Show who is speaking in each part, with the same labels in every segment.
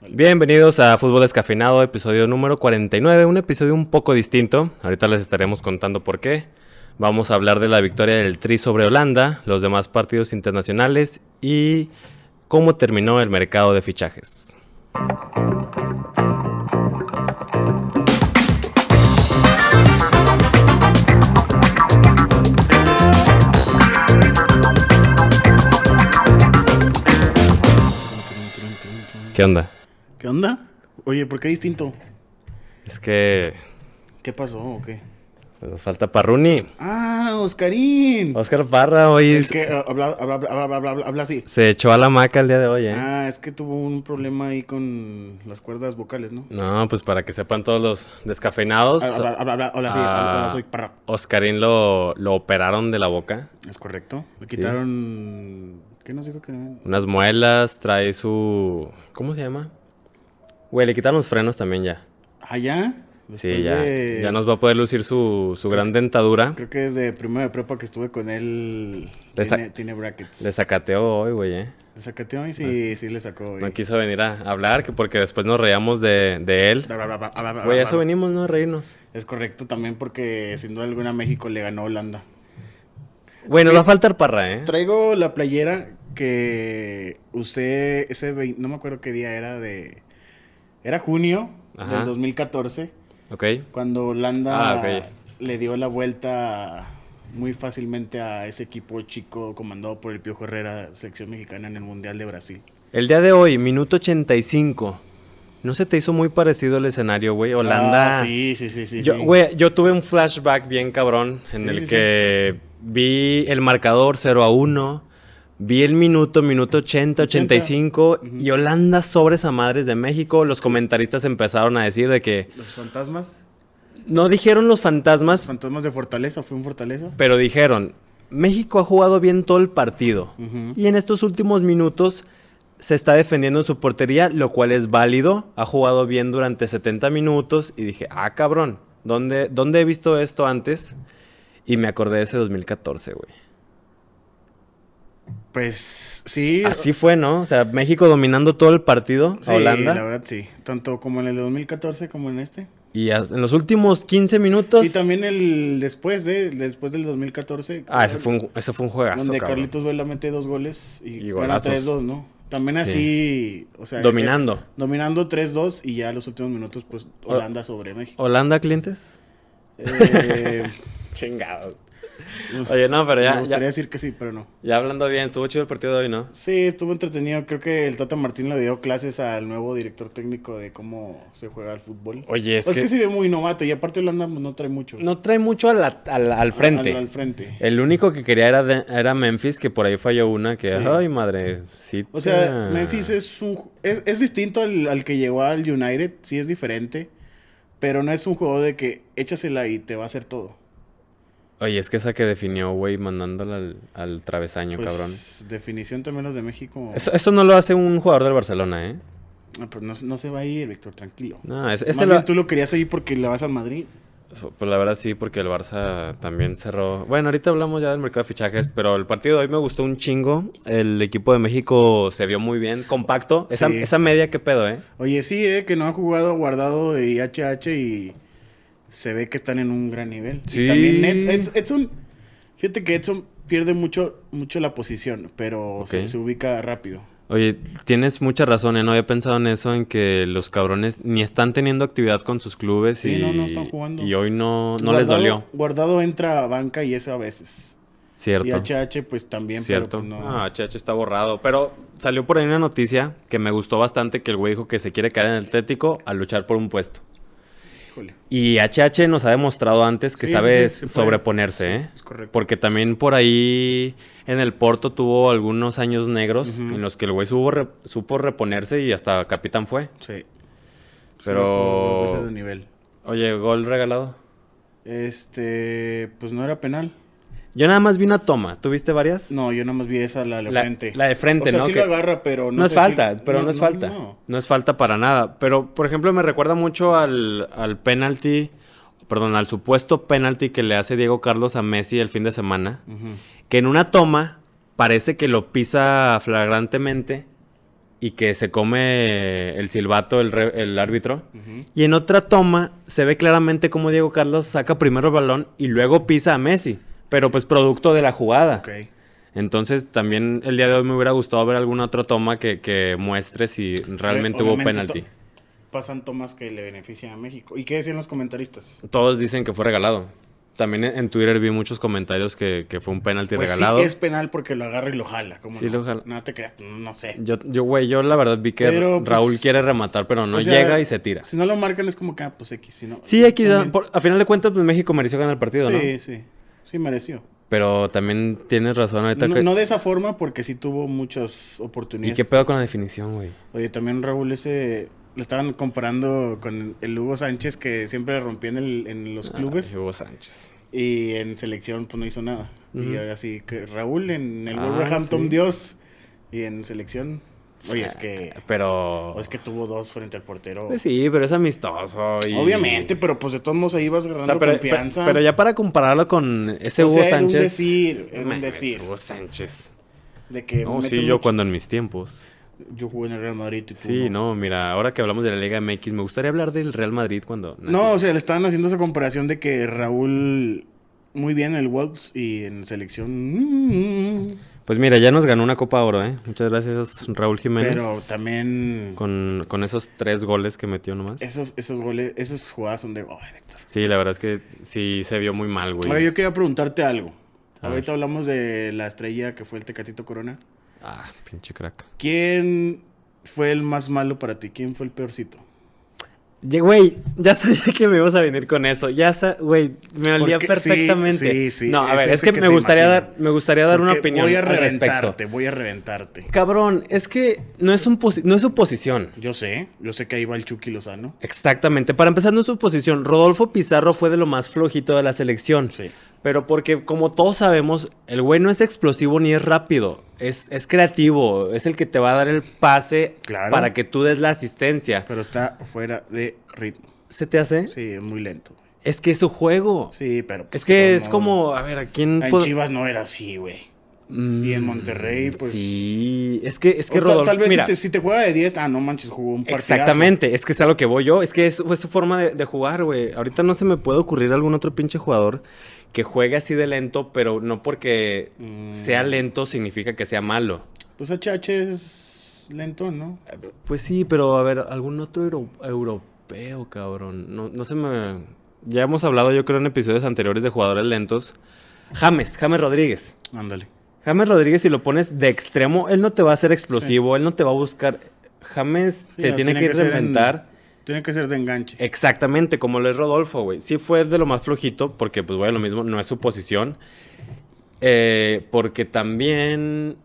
Speaker 1: Bienvenidos a Fútbol Descafeinado, episodio número 49, un episodio un poco distinto. Ahorita les estaremos contando por qué. Vamos a hablar de la victoria del Tri sobre Holanda, los demás partidos internacionales y cómo terminó el mercado de fichajes. ¿Qué onda?
Speaker 2: ¿Qué onda? Oye, ¿por qué distinto?
Speaker 1: Es que
Speaker 2: ¿Qué pasó o qué?
Speaker 1: pues, nos falta Parruni.
Speaker 2: Ah, Oscarín.
Speaker 1: Oscar Parra hoy
Speaker 2: Es que ah, habla, habla, habla, habla, habla- habla así.
Speaker 1: se echó a la maca el día de hoy, ¿eh?
Speaker 2: Ah, es que tuvo un problema ahí con las cuerdas vocales, ¿no?
Speaker 1: No, pues para que sepan todos los descafeinados,
Speaker 2: Ah, Habla, habla, habla, hola, sí,
Speaker 1: Ah.
Speaker 2: hola, soy Parra.
Speaker 1: Oscarín lo, lo operaron de la boca.
Speaker 2: Es correcto. Le quitaron. ¿Qué nos dijo que no?
Speaker 1: Unas muelas, trae su... ¿Cómo se llama? Güey, le quitaron los frenos también ya.
Speaker 2: Ah, ya.
Speaker 1: sí,
Speaker 2: Después
Speaker 1: ya.
Speaker 2: de-
Speaker 1: Ya nos va a poder lucir su, su gran dentadura.
Speaker 2: Creo que desde primero de prepa que estuve con él.
Speaker 1: Le sa-
Speaker 2: Tiene, tiene brackets.
Speaker 1: Le sacateó hoy, güey, ¿eh?
Speaker 2: ¿Le sacateó? Sí, sí, le sacó. güey.
Speaker 1: No quiso venir a hablar que porque después nos reíamos de, de él.
Speaker 2: Bla, bla, bla, bla, bla, bla,
Speaker 1: Güey, a
Speaker 2: bla,
Speaker 1: eso
Speaker 2: bla.
Speaker 1: venimos, ¿no? A reírnos.
Speaker 2: Es correcto también porque sin duda alguna México le ganó a Holanda.
Speaker 1: Güey, nos va a faltar parra, ¿eh?
Speaker 2: Traigo la playera que usé ese vein- no me acuerdo qué día era de era junio
Speaker 1: Ajá.
Speaker 2: del 2014
Speaker 1: Ok.
Speaker 2: cuando Holanda
Speaker 1: Ah, ok.
Speaker 2: le dio la vuelta muy fácilmente a ese equipo chico comandado por el Piojo Herrera, selección mexicana en el Mundial de Brasil.
Speaker 1: El día de hoy, minuto 85. ¿No se te hizo muy parecido el escenario, güey? Holanda...
Speaker 2: Ah, sí, sí, sí, sí.
Speaker 1: Yo,
Speaker 2: sí.
Speaker 1: güey, yo tuve un flashback bien cabrón en
Speaker 2: Sí,
Speaker 1: el
Speaker 2: sí,
Speaker 1: que vi el marcador 0 a 1, vi el minuto, minuto 80, 85, y Holanda sobres a madres de México. Los comentaristas empezaron a decir de que
Speaker 2: Los fantasmas,
Speaker 1: no dijeron los
Speaker 2: los
Speaker 1: fantasmas,
Speaker 2: fantasmas de Fortaleza, fue un Fortaleza.
Speaker 1: pero dijeron, México ha jugado bien todo el partido.
Speaker 2: Ujú.
Speaker 1: Y en estos últimos minutos se está defendiendo en su portería, lo cual es válido. Ha jugado bien durante 70 minutos y dije, ah, cabrón, ¿dónde, dónde he visto esto antes? Y me acordé de ese 2014, güey.
Speaker 2: Pues sí,
Speaker 1: Así fue, ¿no? O sea, México dominando todo el partido
Speaker 2: sí,
Speaker 1: a
Speaker 2: la
Speaker 1: Holanda.
Speaker 2: verdad sí, tanto como en el de 2014 como en este.
Speaker 1: Y as- en los últimos 15 minutos...
Speaker 2: Y también el después de después del 2014.
Speaker 1: Ah, ese fue un, ese fue un juegazo,
Speaker 2: donde
Speaker 1: cabrón.
Speaker 2: Carlitos Vela mete dos goles y,
Speaker 1: Y
Speaker 2: gana
Speaker 1: golazos.
Speaker 2: 3-2, ¿no? También así, o sea,
Speaker 1: Dominando.
Speaker 2: que- dominando 3-2 y ya los últimos minutos pues Holanda sobre México.
Speaker 1: ¿Holanda, clientes?
Speaker 2: Eh,
Speaker 1: Chingados.
Speaker 2: uf,
Speaker 1: Oye, no, pero
Speaker 2: me
Speaker 1: ya,
Speaker 2: gustaría
Speaker 1: ya,
Speaker 2: decir que sí, pero no.
Speaker 1: ya hablando bien, estuvo chido el partido de hoy, ¿no?
Speaker 2: Sí, estuvo entretenido. Creo que el Tata Martín le dio clases al nuevo director técnico de cómo se juega el fútbol.
Speaker 1: Oye, es
Speaker 2: Pues
Speaker 1: que-
Speaker 2: se ve muy novato y aparte Holanda pues, no trae mucho.
Speaker 1: No trae mucho a la- al- al
Speaker 2: Al-
Speaker 1: frente. Eh,
Speaker 2: Al, al frente.
Speaker 1: El único que quería era, de- era Memphis, que por ahí falló una que,
Speaker 2: Sí.
Speaker 1: ay madre, sí.
Speaker 2: O
Speaker 1: ah.
Speaker 2: sea, Memphis es un ju- es, es distinto al, al que llegó al United, sí es diferente, pero no es un juego de que échasela y te va a hacer todo.
Speaker 1: Oye, es que esa que definió, güey, mandándola al, al travesaño,
Speaker 2: Pues,
Speaker 1: cabrón.
Speaker 2: definición también los de México.
Speaker 1: Eso, eso no lo hace un jugador del Barcelona, ¿eh?
Speaker 2: No, pero no, no se va a ir, Víctor, tranquilo.
Speaker 1: No, es-
Speaker 2: Más
Speaker 1: este
Speaker 2: bien
Speaker 1: lo-
Speaker 2: tú lo querías ir porque le vas al Madrid.
Speaker 1: Pues la verdad sí, porque el Barça también cerró. Bueno, ahorita hablamos ya del mercado de fichajes, pero el partido de hoy me gustó un chingo. El equipo de México se vio muy bien, compacto. Esa,
Speaker 2: Sí.
Speaker 1: esa media, qué pedo, ¿eh?
Speaker 2: Oye, sí, eh, que no ha jugado guardado y HH y se ve que están en un gran nivel.
Speaker 1: Sí.
Speaker 2: Y también Eds- Eds- Edson, fíjate que Edson pierde mucho, mucho la posición, pero
Speaker 1: Ok.
Speaker 2: se, se ubica rápido.
Speaker 1: Oye, tienes mucha razón, ¿eh? No había pensado en eso, en que los cabrones ni están teniendo actividad con sus clubes
Speaker 2: Sí,
Speaker 1: y...
Speaker 2: no, no están jugando.
Speaker 1: Y hoy no, no les
Speaker 2: Guardado-
Speaker 1: dolió,
Speaker 2: Guardado entra a banca y eso a veces.
Speaker 1: cierto.
Speaker 2: Y HH pues también,
Speaker 1: Cierto.
Speaker 2: pero pues, no.
Speaker 1: Ah, Chacho está borrado. Pero salió por ahí una noticia que me gustó bastante, que el güey dijo que se quiere caer en el Atlético a luchar por un puesto.
Speaker 2: Híjole.
Speaker 1: Y HH nos ha demostrado antes que
Speaker 2: Sí,
Speaker 1: sabe
Speaker 2: sí, sí, se puede.
Speaker 1: sobreponerse, ¿eh?
Speaker 2: Es correcto.
Speaker 1: Porque también por ahí en el Porto tuvo algunos años negros
Speaker 2: Ujú.
Speaker 1: en los que el güey supo, re- supo reponerse y hasta capitán fue.
Speaker 2: Sí.
Speaker 1: Pero-
Speaker 2: Dos veces de nivel.
Speaker 1: Oye, gol regalado.
Speaker 2: Este, pues no era penal.
Speaker 1: Yo nada más vi una toma. ¿Tuviste varias?
Speaker 2: No, yo nada más vi esa, la de
Speaker 1: La-
Speaker 2: frente.
Speaker 1: la de frente,
Speaker 2: o sea,
Speaker 1: ¿no?
Speaker 2: sí
Speaker 1: Que-
Speaker 2: lo agarra, pero no,
Speaker 1: No, es
Speaker 2: sé si-
Speaker 1: falta, pero no, es falta. No.
Speaker 2: no.
Speaker 1: es falta para nada. Pero, por ejemplo, me recuerda mucho al, al penalti, perdón, al supuesto penalti que le hace Diego Carlos a Messi el fin de semana.
Speaker 2: Ujú.
Speaker 1: Que en una toma parece que lo pisa flagrantemente y que se come el silbato, el, re- el árbitro. Y en otra toma se ve claramente cómo Diego Carlos saca primero el balón y luego pisa a Messi. Pero pues producto de la jugada.
Speaker 2: Ok.
Speaker 1: Entonces también el día de hoy me hubiera gustado ver alguna otra toma que, que muestre si realmente hubo
Speaker 2: Obviamente,
Speaker 1: penalti.
Speaker 2: to- pasan tomas que le benefician a México. ¿Y qué decían los comentaristas?
Speaker 1: Todos dicen que fue regalado. También en en Twitter vi muchos comentarios que, que fue un penalti
Speaker 2: Pues
Speaker 1: regalado.
Speaker 2: sí, es penal porque lo agarra y lo jala. ¿cómo
Speaker 1: Sí,
Speaker 2: no?
Speaker 1: lo jala.
Speaker 2: No te creas, no no sé.
Speaker 1: Yo, yo, güey, yo la verdad vi que
Speaker 2: Pero, pues,
Speaker 1: Raúl quiere rematar, pero no
Speaker 2: O sea,
Speaker 1: llega y se tira.
Speaker 2: Si no lo marcan es como que, ah, pues X. Si no,
Speaker 1: Sí, aquí,
Speaker 2: También-
Speaker 1: por- a final de cuentas, pues México mereció ganar el partido,
Speaker 2: sí,
Speaker 1: ¿no?
Speaker 2: sí. Sí, mereció.
Speaker 1: Pero también tienes razón ahorita.
Speaker 2: No,
Speaker 1: que-
Speaker 2: no de esa forma porque sí tuvo muchas
Speaker 1: ¿Y
Speaker 2: oportunidades.
Speaker 1: qué pedo con la definición, güey?
Speaker 2: Oye, también Raúl ese... Le estaban comparando con el Hugo Sánchez que siempre rompía en, el- en
Speaker 1: Ah,
Speaker 2: los clubes.
Speaker 1: Ay, Hugo Sánchez.
Speaker 2: Y en selección, pues no hizo nada. Y
Speaker 1: Ujú.
Speaker 2: ahora sí, que Raúl en el
Speaker 1: Ah,
Speaker 2: Wolverhampton,
Speaker 1: sí. Ah,
Speaker 2: Dios. Y en selección, oye, es que,
Speaker 1: Pero.
Speaker 2: o es que tuvo dos frente al portero.
Speaker 1: Pues sí, pero es amistoso. y-
Speaker 2: Obviamente, pero pues de todos modos ahí vas
Speaker 1: O
Speaker 2: ganando
Speaker 1: sea, pero,
Speaker 2: confianza.
Speaker 1: pe- pero ya para compararlo con ese
Speaker 2: O
Speaker 1: Hugo
Speaker 2: sea, era un
Speaker 1: Sánchez.
Speaker 2: decir, era un
Speaker 1: Mames,
Speaker 2: decir.
Speaker 1: Hugo Sánchez.
Speaker 2: de que
Speaker 1: No,
Speaker 2: mete
Speaker 1: sí, yo
Speaker 2: mucho-
Speaker 1: cuando en mis tiempos.
Speaker 2: Yo jugué en el Real Madrid y tú
Speaker 1: Sí, no, mira, ahora que hablamos de la Liga MX, me gustaría hablar del Real Madrid cuando.
Speaker 2: No, o sea, le estaban haciendo esa comparación de que Raúl muy bien en el Wolves y en selección. mm,
Speaker 1: Pues mira, ya nos ganó una Copa Oro, ¿eh? Muchas gracias, Raúl Jiménez.
Speaker 2: Pero también
Speaker 1: Con, con esos tres goles que metió nomás.
Speaker 2: esos, esos goles, esas jugadas son de... "Ay, Héctor".
Speaker 1: Sí, la verdad es que sí se vio muy mal,
Speaker 2: A ver,
Speaker 1: güey.
Speaker 2: yo quería preguntarte algo.
Speaker 1: A
Speaker 2: Ahorita hablamos de la estrella que fue el Tecatito Corona.
Speaker 1: Ah, pinche crack.
Speaker 2: ¿Quién fue el más malo para ti? ¿Quién fue el peorcito?
Speaker 1: Ye- Güey, ya sabía que me ibas a venir con eso. Ya sa- güey, me olía
Speaker 2: Porque- sí,
Speaker 1: perfectamente.
Speaker 2: sí, sí,
Speaker 1: No, a
Speaker 2: es
Speaker 1: ver, es
Speaker 2: ese
Speaker 1: que,
Speaker 2: que
Speaker 1: me
Speaker 2: te
Speaker 1: gustaría
Speaker 2: imaginas.
Speaker 1: dar, me gustaría dar una
Speaker 2: Porque
Speaker 1: opinión
Speaker 2: Voy a
Speaker 1: al respecto.
Speaker 2: reventarte, voy a reventarte.
Speaker 1: Cabrón, es que no es un posi- no es suposición.
Speaker 2: Yo sé, yo sé que ahí va el Chucky Lozano.
Speaker 1: Exactamente. Para empezar, no es suposición. Rodolfo Pizarro fue de lo más flojito de la selección.
Speaker 2: Sí.
Speaker 1: Pero porque, como todos sabemos, el güey no es explosivo ni es rápido. Es, es creativo. Es el que te va a dar el pase
Speaker 2: Claro.
Speaker 1: para que tú des la asistencia.
Speaker 2: Pero está fuera de ritmo.
Speaker 1: ¿Se te hace?
Speaker 2: Sí, es muy lento. güey.
Speaker 1: Es que es su juego.
Speaker 2: Sí, pero... pues,
Speaker 1: Es que
Speaker 2: de
Speaker 1: es
Speaker 2: todos modos.
Speaker 1: como, a ver, ¿a quién
Speaker 2: En
Speaker 1: pod-
Speaker 2: Chivas no era así, güey.
Speaker 1: Mm,
Speaker 2: Y en Monterrey, pues...
Speaker 1: Sí, es que, es que
Speaker 2: O ta-
Speaker 1: Rodolfo.
Speaker 2: tal vez
Speaker 1: mira,
Speaker 2: si, te, si te juega de 10, ah, no manches, jugó un partidazo.
Speaker 1: Exactamente, es que es a lo que voy yo, es que es, fue su forma de, de jugar, güey. Ahorita no se me puede ocurrir algún otro pinche jugador que juegue así de lento, pero no porque
Speaker 2: Mm.
Speaker 1: sea lento significa que sea malo.
Speaker 2: Pues HH es lento, ¿no?
Speaker 1: Pues sí, pero a ver, algún otro euro- europeo, cabrón. No, no se me... Ya hemos hablado, yo creo, en episodios anteriores de jugadores lentos. James, James Rodríguez.
Speaker 2: Ándale.
Speaker 1: James Rodríguez, si lo pones de extremo, él no te va a hacer explosivo, él no te va a buscar. James
Speaker 2: Sí,
Speaker 1: te
Speaker 2: no,
Speaker 1: tiene,
Speaker 2: tiene
Speaker 1: que,
Speaker 2: que ser en-
Speaker 1: reinventar.
Speaker 2: Tiene que ser de enganche.
Speaker 1: Exactamente, como lo es Rodolfo, güey. Sí fue de lo más flojito, porque, pues, bueno, lo mismo, no es su posición. Eh, porque también,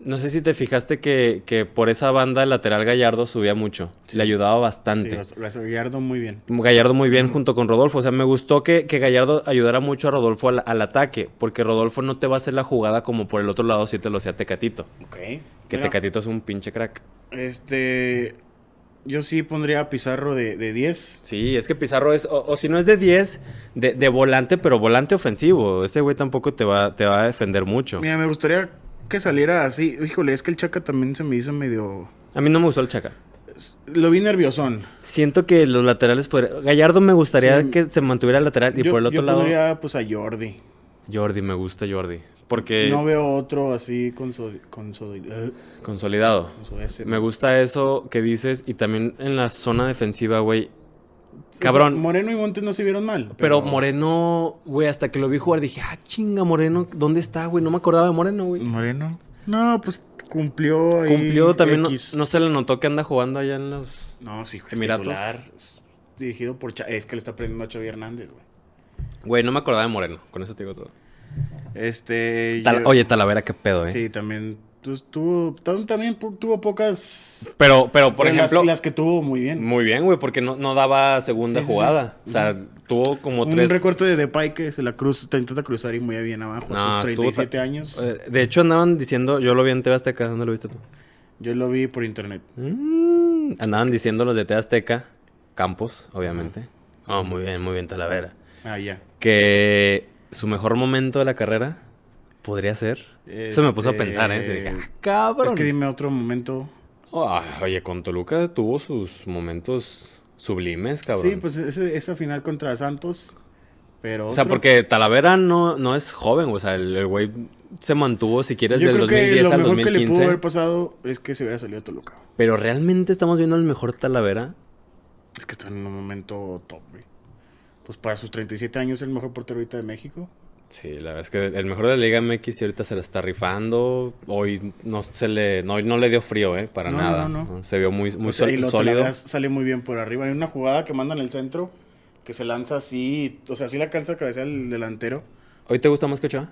Speaker 1: no sé si te fijaste que, que por esa banda el lateral Gallardo subía mucho. Le ayudaba
Speaker 2: Sí,
Speaker 1: bastante.
Speaker 2: lo- lo hace Gallardo muy bien.
Speaker 1: Gallardo muy bien junto con Rodolfo. O sea, me gustó que, que Gallardo ayudara mucho a Rodolfo al, al ataque, porque Rodolfo no te va a hacer la jugada como por el otro lado si te lo hacía Tecatito.
Speaker 2: Ok.
Speaker 1: Que
Speaker 2: Mira,
Speaker 1: Tecatito es un pinche crack.
Speaker 2: Este. Yo sí pondría a Pizarro de, de 10.
Speaker 1: Sí, es que Pizarro es, o, o si no es de 10, de, de volante, pero volante ofensivo. Este güey tampoco te va, te va a defender mucho.
Speaker 2: Mira, me gustaría que saliera así. Híjole, es que el Chaca también se me hizo medio.
Speaker 1: A mí no me gustó el Chaca.
Speaker 2: es- Lo vi nerviosón.
Speaker 1: Siento que los laterales... podría- Gallardo me gustaría
Speaker 2: Sí.
Speaker 1: que se mantuviera lateral y
Speaker 2: yo,
Speaker 1: por el otro
Speaker 2: yo
Speaker 1: lado...
Speaker 2: pondría pues a Jordi.
Speaker 1: Jordi, me gusta Jordi. Porque
Speaker 2: No veo otro así con su. Con su, eh,
Speaker 1: consolidado.
Speaker 2: con su ese.
Speaker 1: Me gusta eso que dices y también en la zona defensiva, güey.
Speaker 2: O sea,
Speaker 1: Cabrón.
Speaker 2: Moreno y Montes no se vieron mal.
Speaker 1: pero Moreno, güey, hasta que lo vi jugar dije, ah, chinga, Moreno, ¿dónde está, güey? No me acordaba de Moreno, güey.
Speaker 2: Moreno. No, pues cumplió. ahí
Speaker 1: Cumplió también, no,
Speaker 2: X.
Speaker 1: no se le notó que anda jugando allá en los...
Speaker 2: No, sí, es
Speaker 1: Emiratos.
Speaker 2: titular. Es Dirigido por... Cha- Es que le está aprendiendo a Xavi Hernández, güey.
Speaker 1: Güey, no me acordaba de Moreno, con eso te digo todo.
Speaker 2: Este...
Speaker 1: Tal-
Speaker 2: yo-
Speaker 1: Oye, Talavera, qué pedo, ¿eh?
Speaker 2: Sí, también tu- tuvo... tam- También pu- tuvo pocas...
Speaker 1: Pero, pero, por
Speaker 2: pero las-
Speaker 1: ejemplo...
Speaker 2: Las, que tuvo muy bien.
Speaker 1: Muy bien, güey, porque no, no daba segunda
Speaker 2: Sí, sí, sí.
Speaker 1: jugada. O sea, tuvo como
Speaker 2: Un
Speaker 1: tres...
Speaker 2: recorte de Depay que se la cruz, te intenta cruzar y muy bien abajo.
Speaker 1: No,
Speaker 2: a sus
Speaker 1: estuvo
Speaker 2: 37
Speaker 1: ta-
Speaker 2: años.
Speaker 1: Eh, De hecho, andaban diciendo... Yo lo vi en TV Azteca, ¿dónde lo viste tú?
Speaker 2: Yo lo vi por internet.
Speaker 1: Mm, andaban diciendo los de TV Azteca, Campos, obviamente. Oh, muy bien, muy bien, Talavera.
Speaker 2: Ah, ya.
Speaker 1: Que su mejor momento de la carrera podría ser... Eso me puso a
Speaker 2: Este,
Speaker 1: pensar, ¿eh? Sí, dije, ah, cabrón.
Speaker 2: Es que dime otro momento
Speaker 1: Ah, oye, con Toluca tuvo sus momentos sublimes, cabrón.
Speaker 2: Sí, pues ese- esa final contra Santos. Pero
Speaker 1: O sea,
Speaker 2: otro-
Speaker 1: porque Talavera no, no es joven, o sea, el el güey se mantuvo, si quieres,
Speaker 2: yo
Speaker 1: del
Speaker 2: creo que
Speaker 1: 2010
Speaker 2: lo
Speaker 1: al
Speaker 2: mejor que le pudo
Speaker 1: 2015.
Speaker 2: haber pasado es que se hubiera salido Toluca.
Speaker 1: Pero realmente estamos viendo al mejor Talavera.
Speaker 2: Es que está en un momento top, güey. Pues para sus 37 años el mejor portero ahorita de México.
Speaker 1: Sí, la verdad es que el mejor de la Liga MX y ahorita se la está rifando. Hoy no se le, no, no le dio frío, eh, para
Speaker 2: No, no,
Speaker 1: nada.
Speaker 2: no, no.
Speaker 1: ¿no? Se vio muy, muy
Speaker 2: Pues
Speaker 1: sol-
Speaker 2: ahí lo
Speaker 1: sólido.
Speaker 2: Talavera sale muy bien por arriba. Hay una jugada que manda en el centro que se lanza así, o sea, sí la alcanza a cabeza el delantero.
Speaker 1: ¿Hoy te gusta más que Ochoa?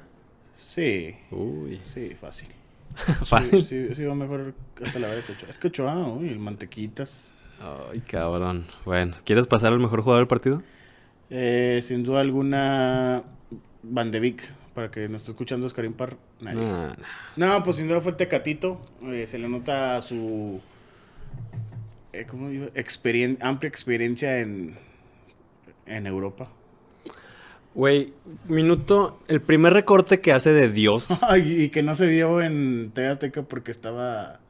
Speaker 2: Sí,
Speaker 1: Uy.
Speaker 2: sí, fácil.
Speaker 1: Fácil.
Speaker 2: Sí, sí, sí va mejor a Talavera que Ochoa. Es que Ochoa, uy, el mantequitas.
Speaker 1: Ay, cabrón. Bueno, ¿quieres pasar al mejor jugador del partido?
Speaker 2: Eh, sin duda alguna, Van de Beek, para que nos esté escuchando Oscar Impar. Nadie.
Speaker 1: Nah, nah.
Speaker 2: No, pues sin duda fue el Tecatito. eh, se le nota su eh, ¿cómo digo? Experien- amplia experiencia en, en Europa.
Speaker 1: Güey, minuto, el primer recorte que hace de Dios.
Speaker 2: Ay, y que no se vio en TV Azteca porque estaba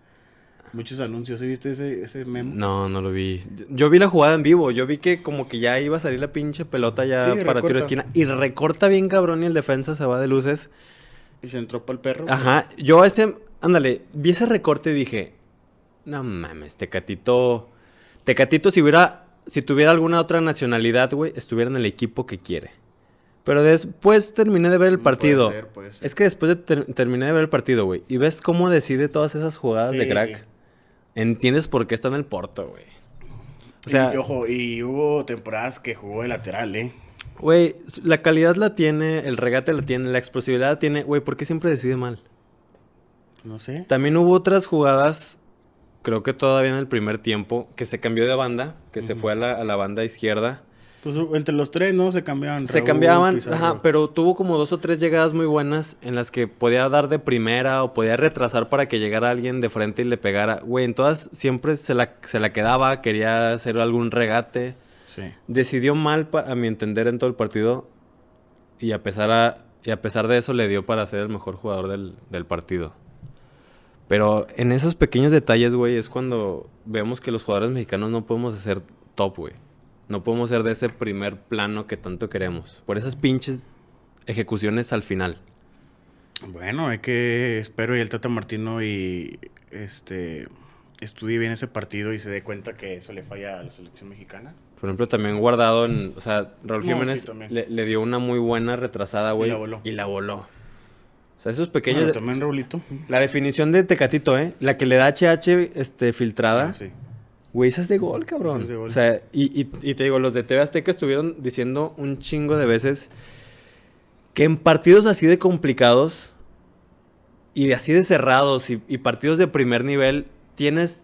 Speaker 2: muchos anuncios. ¿Sí viste ese, ese meme?
Speaker 1: No, no lo vi. Yo vi la jugada en vivo. Yo vi que como que ya iba a salir la pinche pelota ya
Speaker 2: Sí,
Speaker 1: para tiro de
Speaker 2: recorta.
Speaker 1: esquina. Y recorta bien cabrón y el defensa se va de luces.
Speaker 2: Y se entró para el perro.
Speaker 1: Ajá. Yo ese... Ándale, vi ese recorte y dije... No mames, Tecatito... Tecatito si hubiera... Si tuviera alguna otra nacionalidad, güey, estuviera en el equipo que quiere. Pero después terminé de ver el
Speaker 2: Mm,
Speaker 1: partido.
Speaker 2: puede ser, puede ser.
Speaker 1: Es que después de ter- terminé de ver el partido, güey. Y ves cómo decide todas esas jugadas
Speaker 2: Sí,
Speaker 1: de crack.
Speaker 2: sí.
Speaker 1: Entiendes por qué está en el Porto, güey. O
Speaker 2: Y,
Speaker 1: sea,
Speaker 2: ojo, y hubo temporadas que jugó de lateral, ¿eh?
Speaker 1: güey, s- la calidad la tiene, el regate la tiene, la explosividad la tiene. Güey, ¿por qué siempre decide mal?
Speaker 2: No sé.
Speaker 1: También hubo otras jugadas, creo que todavía en el primer tiempo, que se cambió de banda, que se fue a la, a la banda izquierda.
Speaker 2: Pues entre los tres, ¿no? Se cambiaban.
Speaker 1: Se
Speaker 2: Raúl,
Speaker 1: cambiaban,
Speaker 2: Pizarro.
Speaker 1: ajá, pero tuvo como dos o tres llegadas muy buenas en las que podía dar de primera o podía retrasar para que llegara alguien de frente y le pegara. Güey, en todas siempre se la, se la quedaba, quería hacer algún regate.
Speaker 2: Sí.
Speaker 1: Decidió mal, pa- a mi entender, en todo el partido. Y a pesar, a- y a pesar de eso, le dio para ser el mejor jugador del, del partido. Pero en esos pequeños detalles, güey, es cuando vemos que los jugadores mexicanos no podemos hacer top, güey. No podemos ser de ese primer plano que tanto queremos. Por esas pinches ejecuciones al final.
Speaker 2: Bueno, hay que espero y el Tata Martino y este estudie bien ese partido y se dé cuenta que eso le falla a la selección mexicana.
Speaker 1: Por ejemplo, también guardado en. O sea, Raúl
Speaker 2: No, sí,
Speaker 1: Jiménez
Speaker 2: también.
Speaker 1: le, le dio una muy buena retrasada, güey.
Speaker 2: la voló.
Speaker 1: Y la voló. O sea, esos pequeños.
Speaker 2: Bueno,
Speaker 1: de-
Speaker 2: también Raulito.
Speaker 1: La definición de Tecatito, ¿eh? La que le da HH este, filtrada.
Speaker 2: Ah, Sí.
Speaker 1: Güey, esa es de gol, cabrón.
Speaker 2: Esa es de gol.
Speaker 1: O sea, y, y- y te digo, los de TV Azteca estuvieron diciendo un chingo de veces que en partidos así de complicados y de así de cerrados y, y partidos de primer nivel, tienes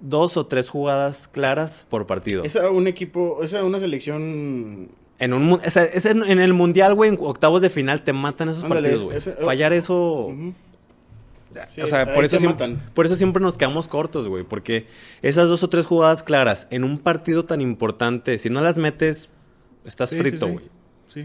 Speaker 1: dos o tres jugadas claras por partido.
Speaker 2: Esa un equipo, esa una selección
Speaker 1: En, un, mu- o sea, es en, en el Mundial, güey, en octavos de final te matan esos
Speaker 2: Ándale,
Speaker 1: partidos, güey.
Speaker 2: ese-
Speaker 1: Fallar eso...
Speaker 2: ujú, Sí,
Speaker 1: o sea,
Speaker 2: ahí
Speaker 1: por eso,
Speaker 2: te
Speaker 1: siem-
Speaker 2: matan.
Speaker 1: por eso siempre nos quedamos cortos, güey. Porque esas dos o tres jugadas claras en un partido tan importante, si no las metes, estás
Speaker 2: Sí, sí,
Speaker 1: frito,
Speaker 2: sí.
Speaker 1: güey.
Speaker 2: sí.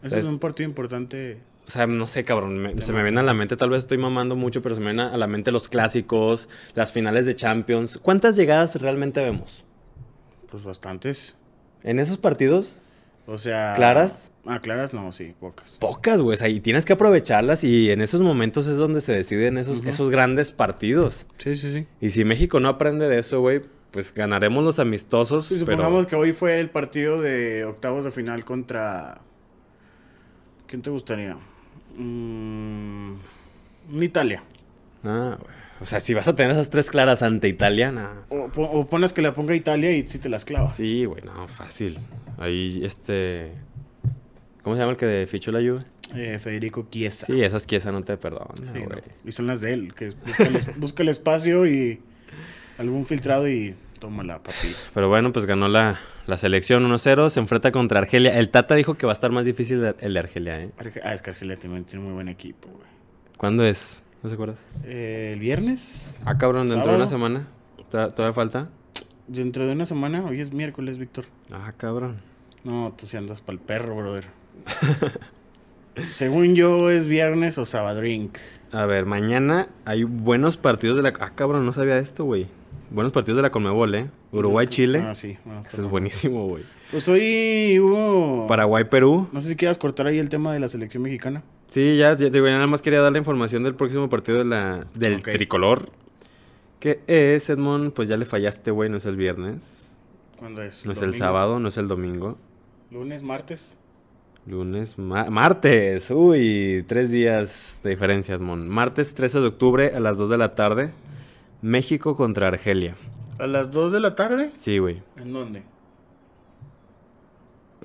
Speaker 1: sea,
Speaker 2: Ese
Speaker 1: es-
Speaker 2: es un partido importante.
Speaker 1: O sea, no sé, cabrón. me- se me vienen a la mente, tal vez estoy mamando mucho, pero se me vienen a la mente los clásicos, las finales de Champions. ¿Cuántas llegadas realmente vemos?
Speaker 2: Pues bastantes.
Speaker 1: En esos partidos,
Speaker 2: O sea.
Speaker 1: ¿Claras?
Speaker 2: Ah, claras no, sí, pocas.
Speaker 1: pocas, güey. O sea, y tienes que aprovecharlas y en esos momentos es donde se deciden esos,
Speaker 2: Ujú.
Speaker 1: esos grandes partidos.
Speaker 2: Sí, sí, sí.
Speaker 1: Y si México no aprende de eso, güey, pues ganaremos los amistosos.
Speaker 2: Sí,
Speaker 1: pero...
Speaker 2: supongamos que hoy fue el partido de octavos de final contra. ¿Quién te gustaría? Mm, un Italia.
Speaker 1: Ah, güey. o sea, si vas a tener esas tres claras ante Italia, nah.
Speaker 2: O, po- o pones que la ponga Italia y si te las clava.
Speaker 1: Sí, güey, no, fácil. Ahí, este... ¿Cómo se llama el que fichó la Juve?
Speaker 2: Eh, Federico Chiesa.
Speaker 1: Sí, esas quiesas no te perdonan,
Speaker 2: Sí,
Speaker 1: güey.
Speaker 2: ¿no? Y son las de él, que es- busca el, es- busca el espacio y algún filtrado y tómala, papi.
Speaker 1: Pero bueno, pues ganó la, la selección 1-0, se enfrenta contra Argelia. El Tata dijo que va a estar más difícil el de Argelia, ¿eh?
Speaker 2: Arge- Ah, es que Argelia también tiene muy buen equipo, güey.
Speaker 1: ¿Cuándo es? ¿No se acuerdas?
Speaker 2: Eh, el viernes,
Speaker 1: Ah, cabrón, dentro de una
Speaker 2: Sábado.
Speaker 1: semana. ¿Toda- ¿Todavía falta?
Speaker 2: dentro de una semana, hoy es miércoles, Víctor.
Speaker 1: Ah, cabrón.
Speaker 2: No, tú si andas pa'l perro, brother. Según yo, es viernes o sabadrink.
Speaker 1: A ver, mañana hay buenos partidos de la... Ah, cabrón, no sabía esto, güey. Buenos partidos de la Conmebol, ¿eh? Uruguay-Chile.
Speaker 2: Pues Ah, sí. bueno, está
Speaker 1: Eso es
Speaker 2: bien.
Speaker 1: buenísimo, güey.
Speaker 2: Pues hoy hubo...
Speaker 1: Paraguay-Perú.
Speaker 2: No sé si quieras cortar ahí el tema de la selección mexicana.
Speaker 1: Sí, ya, ya te digo, ya nada más quería dar la información del próximo partido de la, del
Speaker 2: Ok.
Speaker 1: tricolor. Que es, Edmond, pues ya le fallaste, güey, no es el viernes.
Speaker 2: ¿Cuándo es?
Speaker 1: No es Pues el
Speaker 2: ¿Domingo?
Speaker 1: sábado, no es el domingo.
Speaker 2: ¿Lunes, martes?
Speaker 1: Lunes, ma- martes. Uy, tres días de diferencia, Edmond. Martes 13 de octubre a las 2 de la tarde. México contra Argelia.
Speaker 2: ¿A las 2 de la tarde?
Speaker 1: Sí, güey.
Speaker 2: ¿En dónde?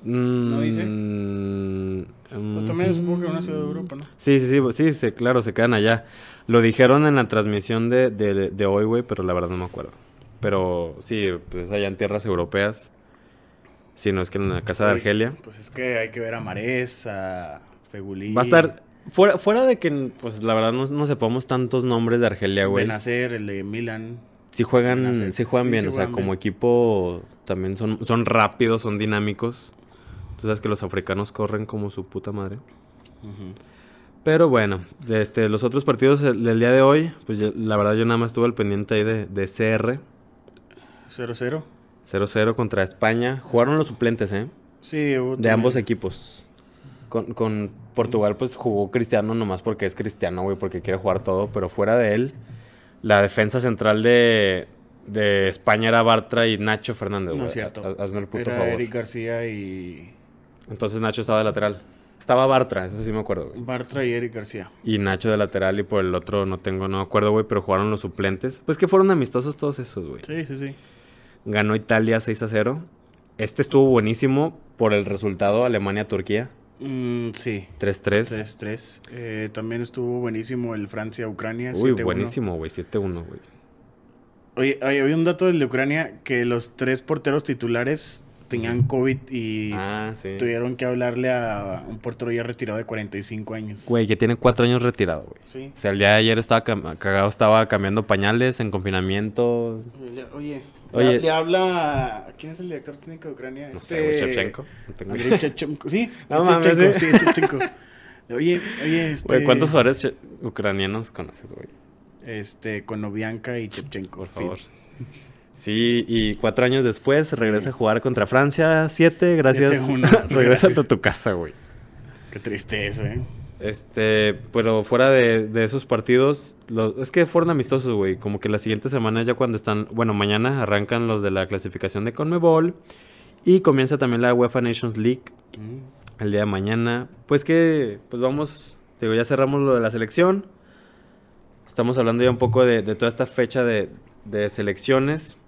Speaker 1: ¿No
Speaker 2: dice?
Speaker 1: Mm,
Speaker 2: Yo también supongo que en una ciudad de Europa, ¿no?
Speaker 1: Sí, sí, sí, sí, sí, claro, se quedan allá. Lo dijeron en la transmisión de, de- de hoy, güey, pero la verdad no me acuerdo. Pero sí, pues es allá en tierras europeas. Si no es que en la casa de
Speaker 2: Oye,
Speaker 1: Argelia.
Speaker 2: Pues es que hay que ver a Marés, a Fegulí.
Speaker 1: Va a estar. Fuera, fuera de que, pues la verdad, no, no sepamos tantos nombres de Argelia, güey.
Speaker 2: Benacer, el de Milan.
Speaker 1: Si juegan,
Speaker 2: Benacer.
Speaker 1: sí juegan
Speaker 2: Sí,
Speaker 1: bien,
Speaker 2: sí
Speaker 1: o sea,
Speaker 2: juegan
Speaker 1: como
Speaker 2: bien.
Speaker 1: equipo también son, son rápidos, son dinámicos. Tú sabes que los africanos corren como su puta madre.
Speaker 2: Ujú.
Speaker 1: Pero bueno, de este, los otros partidos el- del día de hoy, pues ya- la verdad yo nada más estuve al pendiente ahí de, de CR.
Speaker 2: 0-0.
Speaker 1: 0-0 contra España. Jugaron los suplentes, ¿eh?
Speaker 2: Sí, hubo
Speaker 1: De ambos
Speaker 2: también.
Speaker 1: equipos. Con, con Portugal, pues jugó Cristiano nomás porque es Cristiano, güey, porque quiere jugar todo. Pero fuera de él, la defensa central de, de España era Bartra y Nacho Fernández, güey.
Speaker 2: No es cierto.
Speaker 1: Ha- Hazme el puto
Speaker 2: Era
Speaker 1: favor.
Speaker 2: Eric García y.
Speaker 1: Entonces Nacho estaba de lateral. Estaba Bartra, eso sí me acuerdo, güey.
Speaker 2: Bartra y Eric García.
Speaker 1: Y Nacho de lateral y por el otro no tengo, no me acuerdo, güey, pero jugaron los suplentes. Pues que fueron amistosos todos esos, güey.
Speaker 2: Sí, sí, sí.
Speaker 1: Ganó Italia 6 a 0. Este estuvo buenísimo por el resultado Alemania-Turquía
Speaker 2: Mm, sí.
Speaker 1: 3-3.
Speaker 2: 3-3. Eh, también estuvo buenísimo el Francia-Ucrania.
Speaker 1: Uy,
Speaker 2: 7-1.
Speaker 1: buenísimo, güey, 7-1, güey.
Speaker 2: Oye, oye, había un dato del de Ucrania que los tres porteros titulares tenían COVID y
Speaker 1: Ah, sí.
Speaker 2: tuvieron que hablarle a un portero ya retirado de 45 años.
Speaker 1: Güey, que tiene 4 años retirado, güey.
Speaker 2: Sí.
Speaker 1: O sea, el día de ayer estaba cam- cagado, estaba cambiando pañales en confinamiento.
Speaker 2: Le- Oye,
Speaker 1: Oye.
Speaker 2: Le, le habla. ¿Quién es el director técnico de Ucrania? Este,
Speaker 1: No sé, güey, Shevchenko. No tengo idea.
Speaker 2: Andrei Shevchenko. Sí,
Speaker 1: No mames,
Speaker 2: Shevchenko,
Speaker 1: ¿eh?
Speaker 2: sí, Shevchenko. Oye, oye, este.
Speaker 1: Güey, ¿cuántos jugadores che- ucranianos conoces, güey?
Speaker 2: Este, Konovianka y Shevchenko.
Speaker 1: Por
Speaker 2: fin.
Speaker 1: favor. Sí, y cuatro años después regresa a jugar contra Francia. Siete, gracias.
Speaker 2: 7-1,
Speaker 1: regresa a
Speaker 2: gracias.
Speaker 1: tu casa, güey.
Speaker 2: Qué triste eso, ¿eh?
Speaker 1: Este, pero fuera de, de esos partidos, los- es que fueron amistosos, güey. Como que la siguiente semana ya cuando están, bueno, mañana arrancan los de la clasificación de Conmebol y comienza también la UEFA Nations League
Speaker 2: Mm.
Speaker 1: el día de mañana. Pues que, pues vamos, te digo, ya cerramos lo de la selección. Estamos hablando ya un poco de, de toda esta fecha de, de selecciones.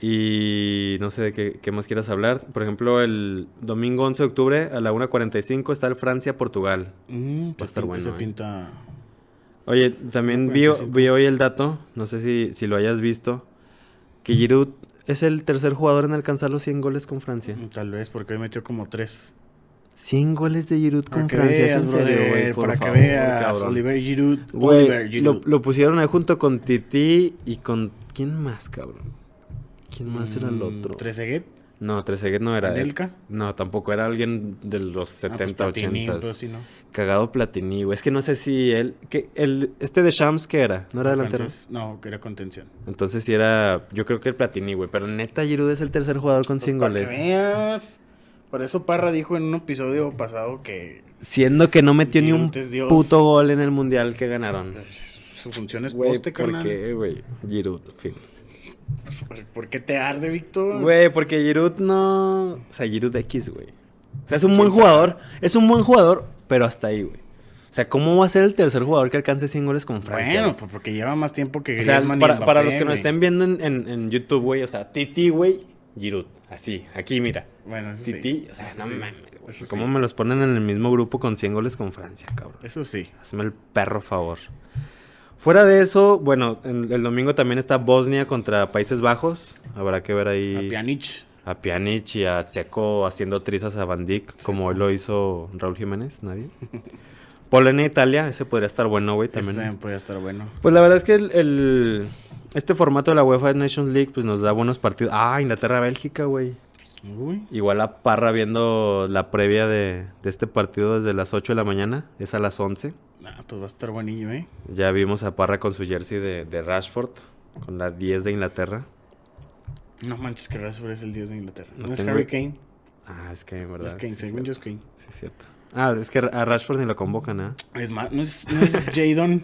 Speaker 1: Y no sé de qué, qué más quieras hablar. Por ejemplo, el domingo 11 de octubre a la 1.45 está el Francia-Portugal.
Speaker 2: Mm,
Speaker 1: Va a estar
Speaker 2: se pin-
Speaker 1: bueno,
Speaker 2: Se
Speaker 1: ¿eh?
Speaker 2: pinta.
Speaker 1: Oye, también vi,
Speaker 2: 45.
Speaker 1: vi hoy el dato, no sé si, si lo hayas visto, que Giroud es el tercer jugador en alcanzar los 100 goles con Francia.
Speaker 2: Tal vez, porque hoy metió como tres.
Speaker 1: 100 goles de Giroud
Speaker 2: Para
Speaker 1: con
Speaker 2: que
Speaker 1: Francia, es
Speaker 2: veas,
Speaker 1: en serio, güey,
Speaker 2: brother.
Speaker 1: por
Speaker 2: Para que
Speaker 1: favor,
Speaker 2: veas.
Speaker 1: cabrón.
Speaker 2: Oliver Giroud.
Speaker 1: Güey,
Speaker 2: Oliver
Speaker 1: lo,
Speaker 2: Giroud.
Speaker 1: lo pusieron ahí junto con Titi y con... ¿Quién más, cabrón? ¿Quién más era el
Speaker 2: Mm,
Speaker 1: otro?
Speaker 2: Trezeguet.
Speaker 1: No, Trezeguet no era él.
Speaker 2: Anelka.
Speaker 1: No, tampoco era alguien de los
Speaker 2: Ah, pues,
Speaker 1: 70,
Speaker 2: Platini,
Speaker 1: 80.
Speaker 2: entonces, sí, ¿no?
Speaker 1: Cagado Platini, güey. Es que no sé si él... Que, el, este de Shams, ¿qué era?
Speaker 2: Ah,
Speaker 1: ¿No era delantero?
Speaker 2: Francés, No, que era contención.
Speaker 1: Entonces sí era, yo creo que el Platini, güey. Pero neta, Giroud es el tercer jugador con 100
Speaker 2: Pues, Para que
Speaker 1: goles.
Speaker 2: veas. Por eso Parra dijo en un episodio pasado que
Speaker 1: Siendo que no metió ni
Speaker 2: Giroud
Speaker 1: un
Speaker 2: es Dios.
Speaker 1: puto gol en el mundial que ganaron.
Speaker 2: su función es
Speaker 1: Güey,
Speaker 2: poste,
Speaker 1: ¿por
Speaker 2: carnal.
Speaker 1: qué, güey? Giroud, fin.
Speaker 2: ¿Por, por qué te arde, Víctor?
Speaker 1: Güey, porque Giroud no... O sea, Giroud X, güey. O sea, es un
Speaker 2: ¿Quién
Speaker 1: buen
Speaker 2: sabe?
Speaker 1: jugador. Es un buen jugador, pero hasta ahí, güey. O sea, ¿cómo va a ser el tercer jugador que alcance 100 goles con Francia?
Speaker 2: Bueno,
Speaker 1: güey?
Speaker 2: pues porque lleva más tiempo que
Speaker 1: O sea,
Speaker 2: Griezmann y
Speaker 1: para, para
Speaker 2: Mbappé,
Speaker 1: los que nos
Speaker 2: güey.
Speaker 1: estén viendo en, en- en YouTube, güey. O sea, Titi, güey, Giroud. Así, aquí, mira.
Speaker 2: Bueno, eso
Speaker 1: Titi,
Speaker 2: sí.
Speaker 1: o sea,
Speaker 2: Eso
Speaker 1: no
Speaker 2: sí.
Speaker 1: mames, güey.
Speaker 2: Eso sí.
Speaker 1: ¿Cómo me los ponen en el mismo grupo con 100 goles con Francia, cabrón?
Speaker 2: Eso sí.
Speaker 1: Hazme el perro favor. Fuera de eso, bueno, en- el domingo también está Bosnia contra Países Bajos. Habrá que ver
Speaker 2: A
Speaker 1: ahí
Speaker 2: Pjanic. este
Speaker 1: a Pjanic y a Seco haciendo trizas a Van Dijk, como hoy lo hizo Raúl Jiménez, nadie. Polonia e Italia, ese podría estar bueno, güey,
Speaker 2: También.
Speaker 1: también.
Speaker 2: también podía estar bueno.
Speaker 1: Pues la verdad es que el, el- este formato de la UEFA Nations League pues nos da buenos partidos. Ah, Inglaterra-Bélgica, güey.
Speaker 2: Uy.
Speaker 1: Igual a Parra viendo la previa de, de este partido desde las 8 de la mañana, es a las 11.
Speaker 2: Ah, pues va a estar buenillo, ¿eh?
Speaker 1: Ya vimos a Parra con su jersey de, de Rashford, con la 10 de Inglaterra.
Speaker 2: No manches que Rashford es el 10 de Inglaterra.
Speaker 1: No
Speaker 2: No, es
Speaker 1: tengo-
Speaker 2: Harry Kane.
Speaker 1: Ah, es que, ¿verdad?
Speaker 2: Es Kane,
Speaker 1: Sí,
Speaker 2: según yo
Speaker 1: cierto.
Speaker 2: es Kane.
Speaker 1: Sí, es cierto. Ah, es que a Rashford ni lo convocan, ¿ah?
Speaker 2: Es más, no es, no es Jadon.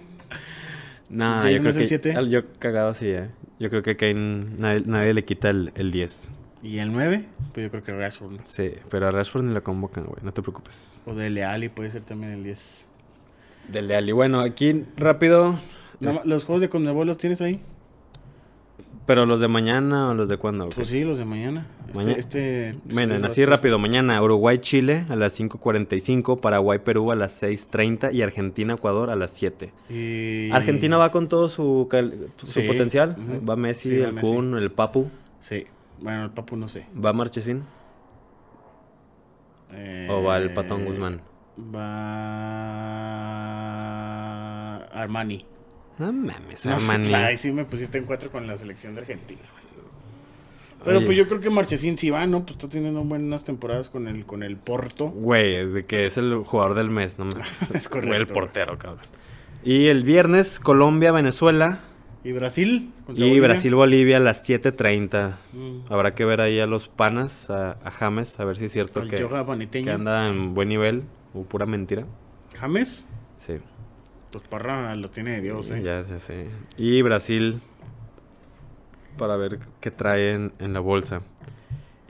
Speaker 1: No,
Speaker 2: ¿James
Speaker 1: yo creo
Speaker 2: no es el
Speaker 1: que.
Speaker 2: siete?
Speaker 1: ah, Yo cagado sí, ¿eh? Yo creo que a Kane nadie, nadie le quita el, el 10.
Speaker 2: ¿Y el 9? Pues yo creo que Rashford. ¿no?
Speaker 1: Sí, pero a Rashford ni lo convocan, güey. No te preocupes.
Speaker 2: O Dele Alli puede ser también el 10.
Speaker 1: Del de Ali. Bueno, aquí rápido.
Speaker 2: Nada más, ¿Los juegos de Conmebol los tienes ahí?
Speaker 1: Pero los de mañana o los de cuándo. güey?
Speaker 2: Pues sí, los de mañana. Este,
Speaker 1: Maña-
Speaker 2: este-
Speaker 1: Miren,
Speaker 2: este-
Speaker 1: así rápido. Mañana Uruguay-Chile a las 5.45, Paraguay-Perú a las 6.30 y Argentina-Ecuador a las 7.
Speaker 2: Y-
Speaker 1: Argentina va con todo su, cal- su
Speaker 2: Sí,
Speaker 1: potencial.
Speaker 2: ujú.
Speaker 1: Va Messi,
Speaker 2: Sí, va
Speaker 1: el
Speaker 2: Messi.
Speaker 1: Kun, el Papu.
Speaker 2: Sí. Bueno, el Papu no sé.
Speaker 1: ¿Va Marchesín o va el Patón
Speaker 2: Eh,
Speaker 1: Guzmán?
Speaker 2: Va Armani.
Speaker 1: No mames,
Speaker 2: No sé,
Speaker 1: Armani.
Speaker 2: Ay, sí me pusiste en cuatro con la selección de Argentina. güey. Pero
Speaker 1: Oye.
Speaker 2: pues yo creo que Marchesín sí va, ¿no? Pues está teniendo buenas temporadas con el, con el Porto.
Speaker 1: Güey, es de que es el jugador del mes, no mames.
Speaker 2: Es
Speaker 1: Güey, el
Speaker 2: correcto, güey.
Speaker 1: portero, cabrón. Y el viernes, Colombia, Venezuela
Speaker 2: ¿Y Brasil? contra
Speaker 1: y
Speaker 2: Bolivia.
Speaker 1: Brasil-Bolivia a las 7.30.
Speaker 2: Mm.
Speaker 1: Habrá que ver ahí a los panas, a, a James, a ver si es cierto
Speaker 2: Al
Speaker 1: que,
Speaker 2: Yoga
Speaker 1: que
Speaker 2: Boniteño.
Speaker 1: anda en buen nivel o pura mentira.
Speaker 2: ¿James?
Speaker 1: Sí,
Speaker 2: Pues Parra lo tiene de Dios, ¿eh?
Speaker 1: ya sé, sí. Y Brasil, para ver qué traen en la bolsa.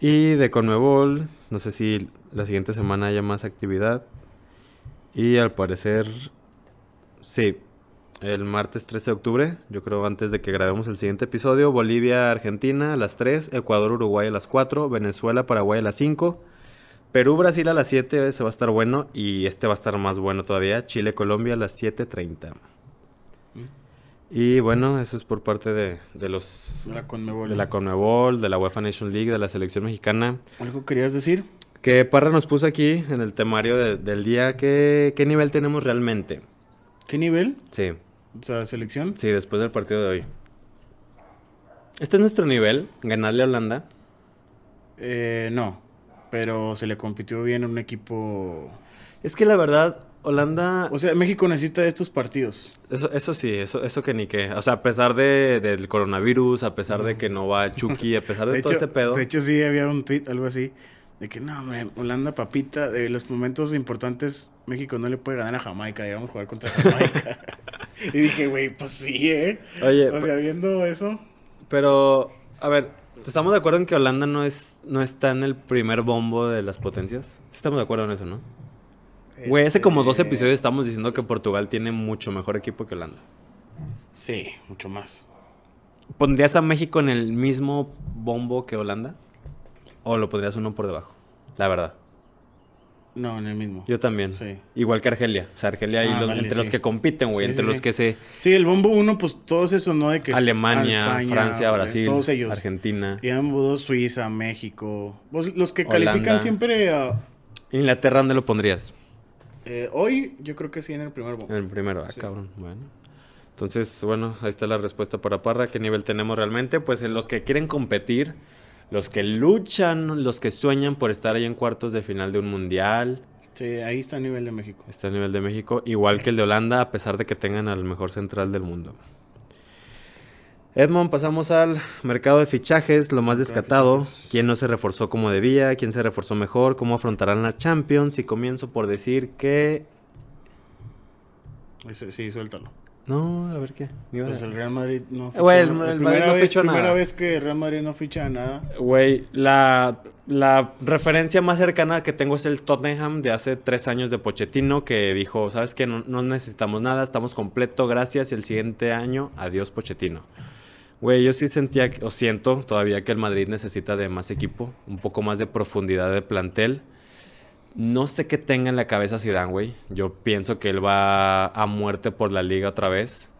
Speaker 1: Y de Conmebol, no sé si la siguiente semana haya más actividad. Y al parecer, sí, el martes 13 de octubre, yo creo antes de que grabemos el siguiente episodio, Bolivia-Argentina a las 3, Ecuador-Uruguay a las 4, Venezuela-Paraguay a las 5, Perú-Brasil a las 7, ese va a estar bueno y este va a estar más bueno todavía, Chile-Colombia a las 7.30.
Speaker 2: Mm.
Speaker 1: Y bueno, eso es por parte de, de los...
Speaker 2: De la Conmebol.
Speaker 1: De la Conmebol, de la UEFA Nation League, de la selección mexicana.
Speaker 2: ¿Algo querías decir?
Speaker 1: Que Parra nos puso aquí en el temario de- del día. ¿qué, ¿Qué nivel tenemos realmente?
Speaker 2: ¿Qué nivel?
Speaker 1: Sí,
Speaker 2: O sea, selección.
Speaker 1: sí, después del partido de hoy. Este es nuestro nivel, ganarle a Holanda.
Speaker 2: Eh, no. Pero se le compitió bien a un equipo.
Speaker 1: Es que la verdad, Holanda.
Speaker 2: O sea, México necesita de estos partidos.
Speaker 1: Eso, eso sí, eso, eso que ni qué. O sea, a pesar de, del coronavirus, a pesar de que no va Chucky, a pesar de,
Speaker 2: De
Speaker 1: todo
Speaker 2: hecho,
Speaker 1: ese pedo.
Speaker 2: de hecho, sí había un tweet, algo así. De que no, hombre, Holanda, papita, de los momentos importantes, México no le puede ganar a Jamaica, digamos, jugar contra Jamaica. y dije, güey, pues sí, ¿eh?
Speaker 1: Oye, pues
Speaker 2: O sea, viendo eso.
Speaker 1: pero. A ver, ¿estamos de acuerdo en que Holanda no, es, no está en el primer bombo de las potencias? Sí Estamos de acuerdo en eso, ¿no? Güey, hace como dos
Speaker 2: este,
Speaker 1: episodios estamos diciendo que Portugal tiene mucho mejor equipo que Holanda.
Speaker 2: Sí, mucho más.
Speaker 1: ¿Pondrías a México en el mismo bombo que Holanda? ¿O lo pondrías uno por debajo? La verdad.
Speaker 2: No, en el mismo.
Speaker 1: Yo también.
Speaker 2: Sí.
Speaker 1: Igual que Argelia. O sea, Argelia ahí
Speaker 2: Ah,
Speaker 1: los-
Speaker 2: vale,
Speaker 1: entre los
Speaker 2: sí.
Speaker 1: que compiten, güey.
Speaker 2: Sí,
Speaker 1: entre
Speaker 2: sí,
Speaker 1: los
Speaker 2: sí.
Speaker 1: que se...
Speaker 2: Sí, el bombo uno, pues todos esos, ¿no? De que
Speaker 1: Alemania,
Speaker 2: España,
Speaker 1: Francia,
Speaker 2: pues,
Speaker 1: Brasil,
Speaker 2: Todos ellos.
Speaker 1: Argentina.
Speaker 2: Y ambos dos, Suiza, México. Pues, los que
Speaker 1: Holanda.
Speaker 2: califican siempre a-
Speaker 1: Inglaterra, ¿dónde lo pondrías?
Speaker 2: eh, hoy, yo creo que sí en el primer bombo.
Speaker 1: En el primero. Ah,
Speaker 2: Sí.
Speaker 1: cabrón. Bueno. Entonces, bueno, ahí está la respuesta para Parra. ¿Qué nivel tenemos realmente? Pues en los que quieren competir, los que luchan, los que sueñan por estar ahí en cuartos de final de un mundial.
Speaker 2: Sí, ahí está el nivel de México.
Speaker 1: Está el este, nivel de México, igual que el de Holanda, a pesar de que tengan al mejor central del mundo. Edmond, pasamos al mercado de fichajes, lo más
Speaker 2: Mercado de
Speaker 1: descatado. ¿Quién no se reforzó como debía? ¿Quién se reforzó mejor? ¿Cómo afrontarán la Champions? Y comienzo por decir que...
Speaker 2: Ese- sí, suéltalo.
Speaker 1: No, a ver qué. Iba a-
Speaker 2: Pues el Real Madrid no ficha.
Speaker 1: Güey, el-
Speaker 2: nada.
Speaker 1: el Madrid
Speaker 2: primera
Speaker 1: no
Speaker 2: vez,
Speaker 1: fichó
Speaker 2: primera
Speaker 1: nada.
Speaker 2: vez que el Real Madrid no ficha nada.
Speaker 1: Güey, la, la referencia más cercana que tengo es el Tottenham de hace tres años de Pochettino, que dijo, ¿sabes qué? No, no necesitamos nada, estamos completo, gracias, y el siguiente año, adiós Pochettino. Güey, yo sí sentía, que- o siento todavía que el Madrid necesita de más equipo, un poco más de profundidad de plantel. No sé qué tenga en la cabeza Zidane, güey. Yo pienso que él va a muerte por la liga otra vez.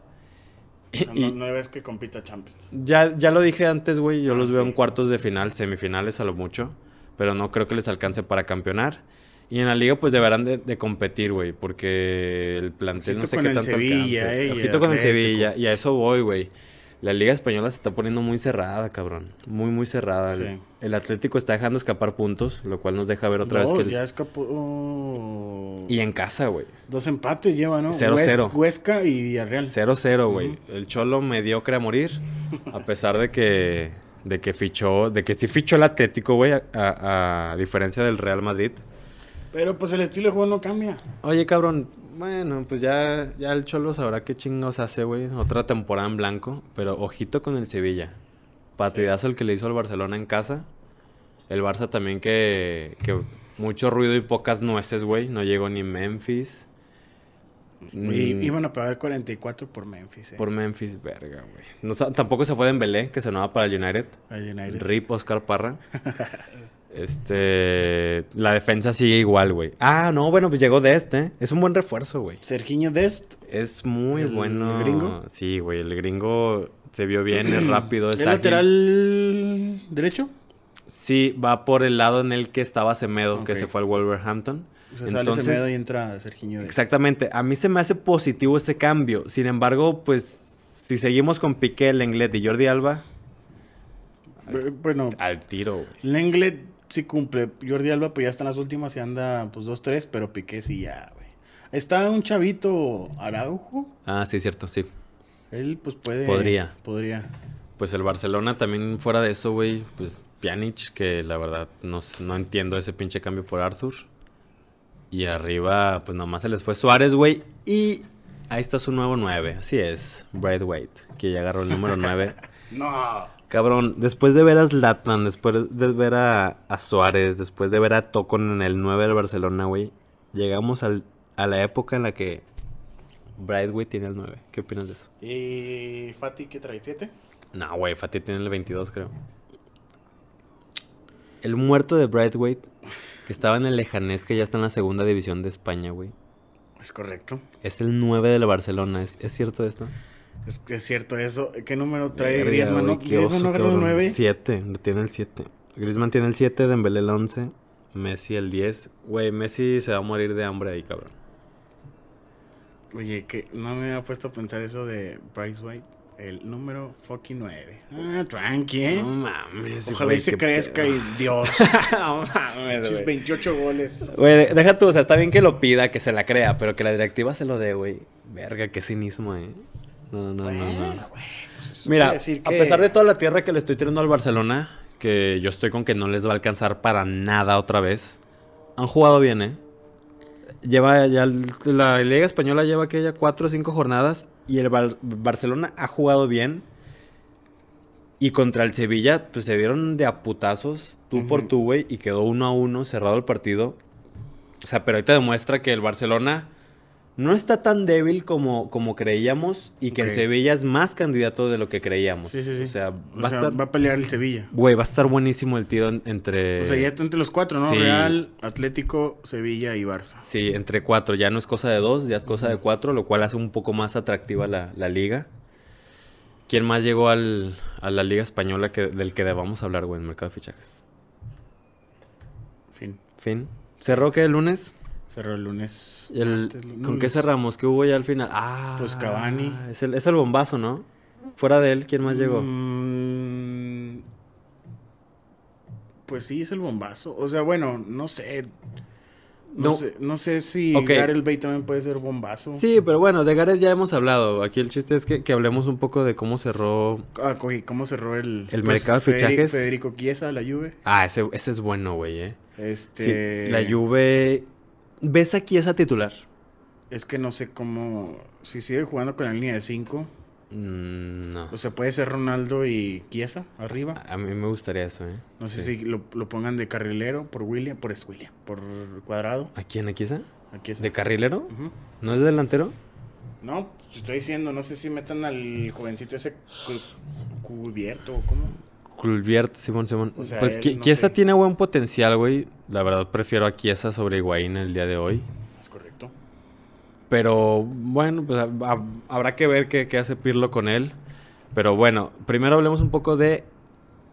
Speaker 2: O sea,
Speaker 1: Y-
Speaker 2: no, no ves que compita Champions.
Speaker 1: ya, ya lo dije antes, güey. Yo
Speaker 2: Ah,
Speaker 1: los veo
Speaker 2: sí.
Speaker 1: en cuartos de final, semifinales a lo mucho. Pero no creo que les alcance para campeonar. Y en la liga, pues deberán de, de competir, güey. Porque el plantel
Speaker 2: Ojito
Speaker 1: no sé
Speaker 2: con
Speaker 1: qué
Speaker 2: el
Speaker 1: tanto
Speaker 2: Sevilla,
Speaker 1: alcance.
Speaker 2: eh, y
Speaker 1: Ojito con el
Speaker 2: Atlético.
Speaker 1: Sevilla. Y a eso voy, güey. La Liga Española se está poniendo muy cerrada, cabrón. Muy, muy cerrada. El,
Speaker 2: Sí.
Speaker 1: el Atlético está dejando escapar puntos, lo cual nos deja ver otra
Speaker 2: No,
Speaker 1: vez que. el-
Speaker 2: ya escapó. oh,
Speaker 1: Y en casa, güey.
Speaker 2: Dos empates lleva, ¿no?
Speaker 1: Cero,
Speaker 2: Hues-
Speaker 1: cero.
Speaker 2: Huesca y Villarreal.
Speaker 1: 0-0, güey. El Cholo mediocre a morir. A pesar de que. De que fichó. De que sí fichó el Atlético, güey. A, a- a diferencia del Real Madrid.
Speaker 2: Pero pues el estilo de juego no cambia.
Speaker 1: Oye, cabrón. Bueno, pues ya, ya el Cholo sabrá qué chingos hace, güey. Otra temporada en blanco. Pero ojito con el Sevilla. Patidazo el que le hizo al Barcelona en casa. El Barça también que, que mucho ruido y pocas nueces, güey. No llegó ni Memphis.
Speaker 2: Y
Speaker 1: ni-
Speaker 2: iban a pagar 44 por Memphis. eh,
Speaker 1: Mm. Por Memphis, verga, güey. No sa- tampoco se fue Dembélé, que sonaba para el United.
Speaker 2: al United.
Speaker 1: Rip Oscar Parra. Este. La defensa sigue igual, güey. Ah, no, bueno, pues llegó de este. Es un buen refuerzo, güey.
Speaker 2: Serginho Dest.
Speaker 1: Es muy
Speaker 2: ¿El-
Speaker 1: bueno.
Speaker 2: el gringo?
Speaker 1: Sí, güey. El gringo se vio bien, es rápido, es
Speaker 2: ¿El
Speaker 1: ágil.
Speaker 2: lateral derecho?
Speaker 1: Sí, va por el lado en el que estaba Semedo, que
Speaker 2: Ok.
Speaker 1: se fue al Wolverhampton.
Speaker 2: O sea, sale Semedo y entra Serginho Dest.
Speaker 1: Exactamente. A mí se me hace positivo ese cambio. Sin embargo, pues, si seguimos con Piqué, Lenglet y Jordi Alba,
Speaker 2: B- Bueno,
Speaker 1: al tiro, güey.
Speaker 2: Lenglet sí cumple. Jordi Alba pues ya está en las últimas y anda pues 2-3, pero Piqué sí ya, güey. Está un chavito Araujo.
Speaker 1: Ah, sí, cierto, sí.
Speaker 2: Él pues puede...
Speaker 1: Podría.
Speaker 2: Podría.
Speaker 1: Pues el Barcelona también fuera de eso, güey. Pues Pjanic, que la verdad no, s- no entiendo ese pinche cambio por Arthur. Y arriba, pues nomás se les fue Suárez, güey. Y ahí está su nuevo 9. Así es, Brad White, que ya agarró el número 9.
Speaker 2: No.
Speaker 1: Cabrón, después de ver a Zlatan, después de ver a, a Suárez, después de ver a Tocon en el 9 del Barcelona, güey. Llegamos al- a la época en la que Brad White tiene el 9. ¿Qué opinas de eso?
Speaker 2: ¿Y Fati qué trae? ¿Siete?
Speaker 1: No, güey, Fati tiene el 22, creo. El muerto de Brightweight, que estaba en el Lejanés, que ya está en la segunda división de España, güey.
Speaker 2: Es correcto.
Speaker 1: Es el 9 de la Barcelona, ¿es, es cierto esto?
Speaker 2: Es que es cierto eso. ¿Qué número trae Griezmann? ¿No?
Speaker 1: Verga, güey, qué
Speaker 2: Griezmann
Speaker 1: oso,
Speaker 2: no agarró el
Speaker 1: cabrón.
Speaker 2: 9.
Speaker 1: Siete, tiene el 7. Griezmann tiene el 7, Dembélé el 11, Messi el 10. Güey, Messi se va a morir de hambre ahí, cabrón.
Speaker 2: Oye, que no me ha puesto a pensar eso de Bryce White. El número fucking 9. Ah, tranqui, ¿eh?
Speaker 1: No mames,
Speaker 2: Ojalá
Speaker 1: güey,
Speaker 2: y se
Speaker 1: qué
Speaker 2: crezca
Speaker 1: pedo.
Speaker 2: y Dios.
Speaker 1: No mames,
Speaker 2: pinches
Speaker 1: güey.
Speaker 2: 28 goles.
Speaker 1: Güey, de- deja tú, o sea, está bien que lo pida, que se la crea, pero que la directiva se lo dé, güey. Verga, qué cinismo, eh. No, no, no, no. Mira,
Speaker 2: pues quiere decir
Speaker 1: a
Speaker 2: que-
Speaker 1: pesar de toda la tierra que le estoy tirando al Barcelona, que yo estoy con que no les va a alcanzar para nada otra vez, han jugado bien, eh. Lleva ya el- la Liga Española lleva que ya cuatro o cinco jornadas y el Bar- Barcelona ha jugado bien. Y contra el Sevilla, pues se dieron de a putazos tú por
Speaker 2: Ujú.
Speaker 1: tú, güey, y quedó uno a uno cerrado el partido. O sea, pero ahí te demuestra que el Barcelona no está tan débil como, como creíamos y que el
Speaker 2: Ok.
Speaker 1: Sevilla es más candidato de lo que creíamos.
Speaker 2: Sí, sí, sí.
Speaker 1: O sea, va
Speaker 2: O
Speaker 1: a
Speaker 2: sea,
Speaker 1: estar...
Speaker 2: va a pelear el Sevilla.
Speaker 1: Güey, va a estar buenísimo el tiro en- entre...
Speaker 2: O sea, ya está entre los cuatro, ¿no?
Speaker 1: Eh, sí.
Speaker 2: Real, Atlético, Sevilla y Barça.
Speaker 1: Sí, entre cuatro. Ya no es cosa de dos, ya es cosa de cuatro, lo cual hace un poco más atractiva la, la liga. ¿Quién más llegó al, a la liga española que, del que debamos hablar, güey, en el mercado de fichajes?
Speaker 2: Fin.
Speaker 1: Fin. ¿Cerró qué el lunes?
Speaker 2: Cerró el lunes.
Speaker 1: El-
Speaker 2: Martes, lunes.
Speaker 1: ¿Con qué cerramos? ¿Qué hubo ya al final? Ah,
Speaker 2: Pues Cavani.
Speaker 1: Es el, es el bombazo, ¿no? Fuera de él, ¿quién más llegó?
Speaker 2: Mm, Pues sí, es el bombazo. O sea, bueno, no sé. No,
Speaker 1: No.
Speaker 2: sé, no sé si
Speaker 1: Ok.
Speaker 2: Gareth Bale también puede ser bombazo.
Speaker 1: Sí, pero bueno, de Gareth ya hemos hablado. Aquí el chiste es que, que hablemos un poco de cómo cerró.
Speaker 2: Ah, ok, ¿Cómo cerró el,
Speaker 1: El mercado de
Speaker 2: Federi-
Speaker 1: fichajes.
Speaker 2: Federico Chiesa, la Juve.
Speaker 1: Ah, ese, ese es bueno, güey, ¿eh?
Speaker 2: Este,
Speaker 1: Sí, la Juve. ¿Ves aquí esa titular?
Speaker 2: Es que no sé cómo. Si sigue jugando con la línea de 5.
Speaker 1: Mm, No.
Speaker 2: O sea, puede ser Ronaldo y Chiesa arriba.
Speaker 1: A mí me gustaría eso, ¿eh?
Speaker 2: No sé
Speaker 1: Ah, Sí.
Speaker 2: si lo, lo pongan de carrilero por William. Por es William. Por cuadrado.
Speaker 1: ¿A quién? ¿A Chiesa?
Speaker 2: a Chiesa.
Speaker 1: ¿De carrilero?
Speaker 2: Ujú.
Speaker 1: ¿No es delantero?
Speaker 2: No, te estoy diciendo, no sé si metan al jovencito ese cu- cubierto o cómo.
Speaker 1: Culviert, Simón, Simón.
Speaker 2: O sea,
Speaker 1: pues
Speaker 2: él,
Speaker 1: Qui-
Speaker 2: no
Speaker 1: Chiesa
Speaker 2: sé.
Speaker 1: tiene buen potencial, güey. La verdad prefiero a Chiesa sobre Higuaín el día de hoy.
Speaker 2: Es correcto.
Speaker 1: Pero bueno, pues, ha- ha- habrá que ver qué, qué hace Pirlo con él. Pero bueno, primero hablemos un poco de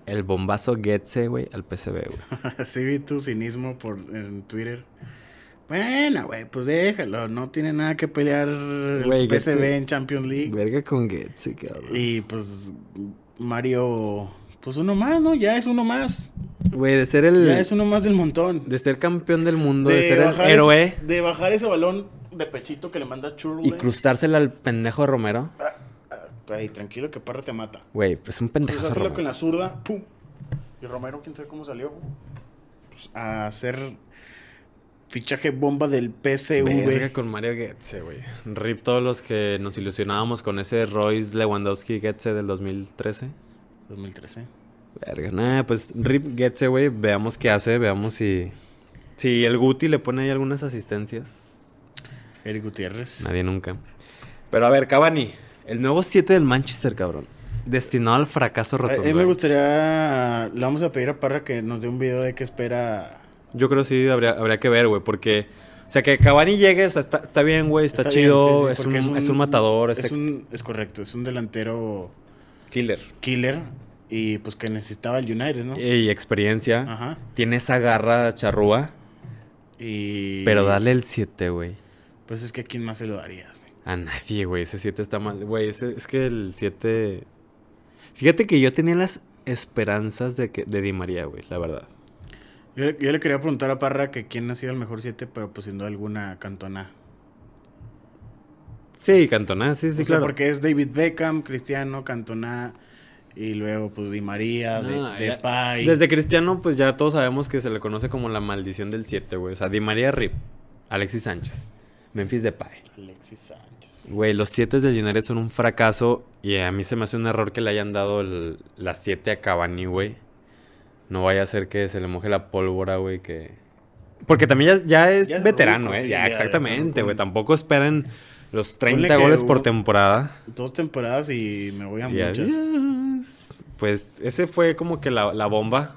Speaker 1: el bombazo Getze, güey, al PCB, güey.
Speaker 2: sí vi tu cinismo por en Twitter Bueno, güey, pues déjalo. No tiene nada que pelear
Speaker 3: Güey,
Speaker 2: el
Speaker 3: que
Speaker 2: PSV
Speaker 3: sí.
Speaker 2: en Champions League.
Speaker 3: Verga con Getsi, cabrón.
Speaker 2: Y pues Mario, pues uno más, ¿no? Ya es uno más.
Speaker 3: Güey, de ser el.
Speaker 2: Ya es uno más del montón.
Speaker 3: De ser campeón del mundo, de, ser el
Speaker 2: bajar
Speaker 3: héroe
Speaker 2: es- de bajar ese balón de pechito que le manda Churl.
Speaker 3: y cruzársela al pendejo de Romero.
Speaker 2: Ay, tranquilo que Parra te mata.
Speaker 3: Güey, pues un
Speaker 2: Pues
Speaker 3: pendejo. de
Speaker 2: hacerlo con
Speaker 3: Romero.
Speaker 2: la zurda, pum. Y Romero, quién sabe cómo salió. Pues a hacer fichaje bomba del
Speaker 1: Verga
Speaker 2: PSV.
Speaker 1: con Mario Goetze, güey. Rip todos los que nos ilusionábamos con ese Royce Lewandowski Goetze del 2013.
Speaker 2: 2013.
Speaker 3: Verga, nada, pues Rip Getze, güey. Veamos qué hace, veamos si. Si el Guti le pone ahí algunas asistencias.
Speaker 2: Eric Gutiérrez.
Speaker 3: Nadie nunca. Pero a ver, Cavani. El nuevo 7 del Manchester, cabrón. Destinado al fracaso
Speaker 2: A-
Speaker 3: rotundo.
Speaker 2: A mí
Speaker 1: eh.
Speaker 2: me gustaría. Le vamos a pedir a Parra que nos dé un video de qué espera.
Speaker 1: Yo creo sí habría, habría que ver, güey, porque... O sea, que Cavani llegue, o sea, está, está bien, güey, está,
Speaker 2: Está bien,
Speaker 1: chido,
Speaker 2: sí, sí,
Speaker 1: es, un,
Speaker 2: porque
Speaker 1: es, un, matador, es,
Speaker 2: Es,
Speaker 1: ex-
Speaker 2: un- es correcto, es un delantero
Speaker 1: killer.
Speaker 2: killer. Y pues que necesitaba el United, ¿no?
Speaker 1: Y experiencia.
Speaker 2: Ajá.
Speaker 1: Tiene esa garra charrúa,
Speaker 2: Y.
Speaker 1: pero dale el 7, güey.
Speaker 2: Pues es que a quién más se lo darías, güey.
Speaker 1: A nadie, güey. Ese 7 está mal. Güey, ese- es que el 7. Fíjate que yo tenía las esperanzas de, que, de Di María, güey, la verdad.
Speaker 2: Yo, le- yo le quería preguntar a Parra que quién ha sido el mejor 7, pero pues sin duda alguna Cantona.
Speaker 1: Sí, Cantona, sí, sí,
Speaker 2: o sea,
Speaker 1: claro.
Speaker 2: porque es David Beckham, Cristiano, Cantona y luego pues Di María, de,
Speaker 1: No, ya-
Speaker 2: Depay.
Speaker 1: Desde Cristiano, pues ya todos sabemos que se le conoce como la maldición del 7, güey. O sea, Di María Rip, Alexis Sánchez, Memphis Depay.
Speaker 2: Alexis Sánchez.
Speaker 1: Güey, los 7 del United son un fracaso y a mí se me hace un error que le hayan dado el- las 7 a Cavani, güey. No vaya a ser que se le moje la pólvora, güey, que... Porque también ya, ya es
Speaker 2: Ya es
Speaker 1: veterano,
Speaker 2: ruco,
Speaker 1: ¿eh?
Speaker 2: sí,
Speaker 1: ya,
Speaker 2: ya, ya
Speaker 1: exactamente,
Speaker 2: está
Speaker 1: güey.
Speaker 2: ruco.
Speaker 1: Tampoco esperan los 30
Speaker 2: que
Speaker 1: goles
Speaker 2: hubo-
Speaker 1: por temporada.
Speaker 2: Dos temporadas y me voy a
Speaker 1: Y
Speaker 2: muchas.
Speaker 1: adiós. Pues ese fue como que la, la bomba.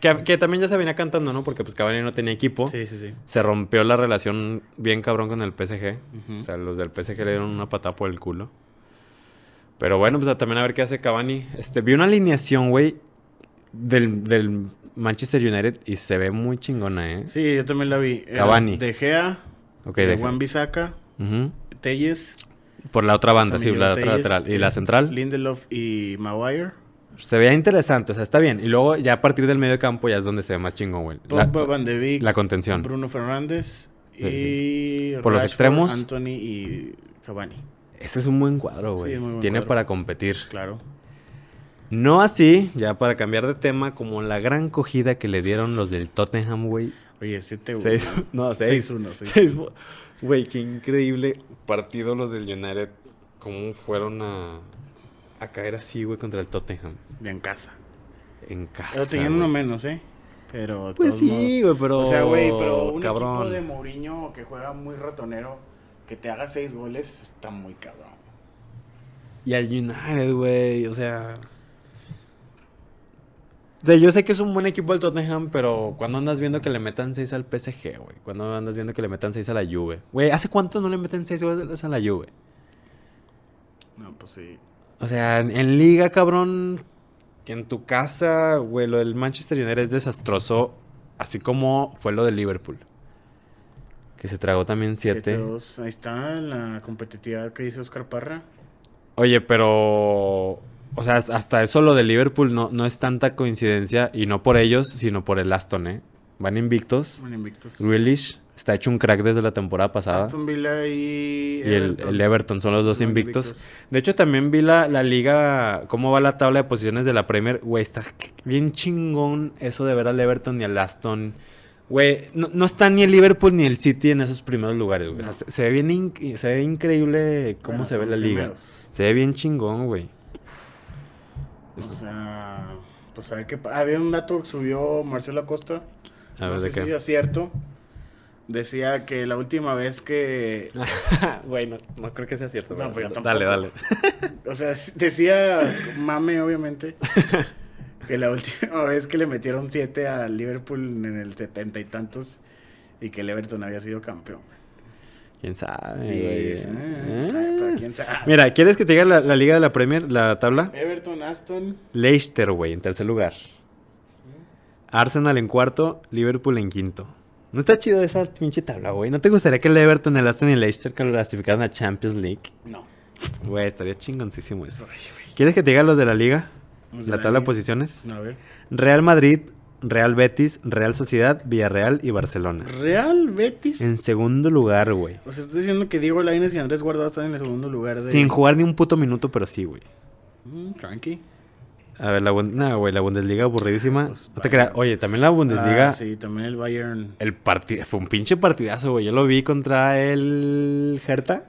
Speaker 1: Que, que también ya se venía cantando, ¿no? Porque pues Cavani no tenía equipo.
Speaker 2: Sí, sí, sí.
Speaker 1: Se rompió la relación bien cabrón con el PSG.
Speaker 2: Ujú.
Speaker 1: O sea, los del PSG le dieron una patada por el culo. Pero bueno, pues a- también a ver qué hace Cavani. Este, vi una alineación, güey, del, del Manchester United y se ve muy chingona, ¿eh?
Speaker 2: Sí, yo también la vi. Era
Speaker 1: Cavani.
Speaker 2: De Gea,
Speaker 1: Ok,
Speaker 2: de
Speaker 1: deja.
Speaker 2: Juan Bisaca,
Speaker 1: Ujú.
Speaker 2: Telles,
Speaker 1: Por la otra banda, sí,
Speaker 2: También
Speaker 1: la
Speaker 2: yo,
Speaker 1: otra
Speaker 2: Telles.
Speaker 1: lateral. Y la central
Speaker 2: Lindelof y Maguire.
Speaker 1: se veía interesante, o sea, está bien. Y luego ya a partir del medio campo ya es donde se ve más chingón, güey. La-
Speaker 2: Pogba, Van de Beek,
Speaker 1: La contención.
Speaker 2: Bruno Fernández
Speaker 1: Sí,
Speaker 2: y...
Speaker 1: Por los extremos.
Speaker 2: Anthony y Cavani,
Speaker 1: Ese es un buen cuadro, güey.
Speaker 2: Sí, muy buen
Speaker 1: Tiene
Speaker 2: cuadro.
Speaker 1: para competir.
Speaker 2: claro.
Speaker 1: No así, ya para cambiar de tema, como la gran cogida que le dieron los del Tottenham, güey.
Speaker 2: Oye, 7
Speaker 1: Seis- no, seis.
Speaker 2: 6-1.
Speaker 1: Seis bo- Güey, qué increíble partido los del United. Cómo fueron a, a caer así, güey, contra el Tottenham.
Speaker 2: Bien casa.
Speaker 1: En casa.
Speaker 2: Pero tenían
Speaker 1: güey.
Speaker 2: uno menos, ¿eh? Pero... de
Speaker 1: Ah, Pues
Speaker 2: todos
Speaker 1: sí,
Speaker 2: modos-
Speaker 1: güey, pero.
Speaker 2: O sea, güey, pero un
Speaker 1: cabrón.
Speaker 2: equipo de Mourinho que juega muy ratonero, que te haga 6 goles, está muy cabrón.
Speaker 1: Y al United, güey, o sea. O sea, yo sé que es un buen equipo el Tottenham, pero cuando andas viendo que le metan 6 al PSG, güey? cuando andas viendo que le metan 6 a la Juve? Güey, ¿hace cuánto no le meten 6 goles a la Juve?
Speaker 2: No, pues sí.
Speaker 1: O sea, en, en liga, cabrón, que en tu casa, güey, lo del Manchester United es desastroso, así como fue lo del Liverpool. Que se tragó también 7.
Speaker 2: 7-2. Ahí está la competitividad que dice Oscar Parra.
Speaker 1: Oye, pero. O sea, hasta- hasta eso lo de Liverpool no, no es tanta coincidencia. Y no por ellos, sino por el Aston, ¿eh? Van invictos.
Speaker 2: Bueno, invictos.
Speaker 1: Pues, Grealish está hecho un crack desde la temporada pasada.
Speaker 2: Aston Villa y,
Speaker 1: y el, el Everton son los dos
Speaker 2: Son
Speaker 1: invictos. De hecho, también vi la, la liga, cómo va la tabla de posiciones de la Premier. Güey, está bien chingón eso de ver al Everton y al Aston. Güey, no, no está ni el Liverpool ni el City en esos primeros lugares, güey. O sea,
Speaker 2: No.
Speaker 1: se, se ve bien inc- se ve increíble cómo
Speaker 2: Bueno,
Speaker 1: se ve
Speaker 2: Ah, son
Speaker 1: la liga.
Speaker 2: primeros.
Speaker 1: Se ve bien chingón, güey.
Speaker 2: O sea, pues a ver qué pa- Había un dato que subió Marcelo Acosta.
Speaker 1: A ver
Speaker 2: no
Speaker 1: de
Speaker 2: sé si
Speaker 1: qué.
Speaker 2: es cierto. Decía que la última vez que.
Speaker 1: Güey, no, no creo que sea cierto.
Speaker 2: No,
Speaker 1: pero
Speaker 2: pues yo
Speaker 1: dale,
Speaker 2: tampoco.
Speaker 1: dale.
Speaker 2: O sea, s- decía mame, obviamente. Que la última vez que le metieron 7 al Liverpool en el setenta y tantos. Y que el Everton había sido campeón.
Speaker 1: ¿Quién sabe,
Speaker 2: Y
Speaker 1: güey?
Speaker 2: dices,
Speaker 1: ¿Eh?
Speaker 2: "Ah, ay, pero quién sabe".
Speaker 1: Mira, ¿quieres que te diga la, la liga de la Premier, la tabla?
Speaker 2: Everton, Aston.
Speaker 1: Leicester, güey, en tercer lugar. Arsenal en cuarto, Liverpool en quinto. No está chido esa pinche tabla, güey. ¿No te gustaría que el Everton, el Aston y el Leicester clasificaran a Champions League?
Speaker 2: No.
Speaker 1: Güey, estaría chingoncísimo eso.
Speaker 2: Ay, güey.
Speaker 1: ¿Quieres que te diga los de la liga?
Speaker 2: Los de
Speaker 1: La
Speaker 2: la
Speaker 1: tabla de
Speaker 2: liga.
Speaker 1: posiciones.
Speaker 2: A ver.
Speaker 1: Real Madrid, Real Betis, Real Sociedad, Villarreal y Barcelona.
Speaker 2: Real Betis.
Speaker 1: En segundo lugar, güey.
Speaker 2: O sea, estás diciendo que Diego Lainez y Andrés Guardado están en el segundo lugar de.
Speaker 1: Sin jugar ni un puto minuto, pero sí, güey.
Speaker 2: Mm, tranqui.
Speaker 1: A ver, la, Bund- no, güey, la Bundesliga aburridísima.
Speaker 2: Pues,
Speaker 1: no te creas.
Speaker 2: vaya.
Speaker 1: Oye, también la Bundesliga.
Speaker 2: Ah, sí, también el Bayern.
Speaker 1: El partido fue un pinche partidazo, güey. Yo lo vi contra el Hertha.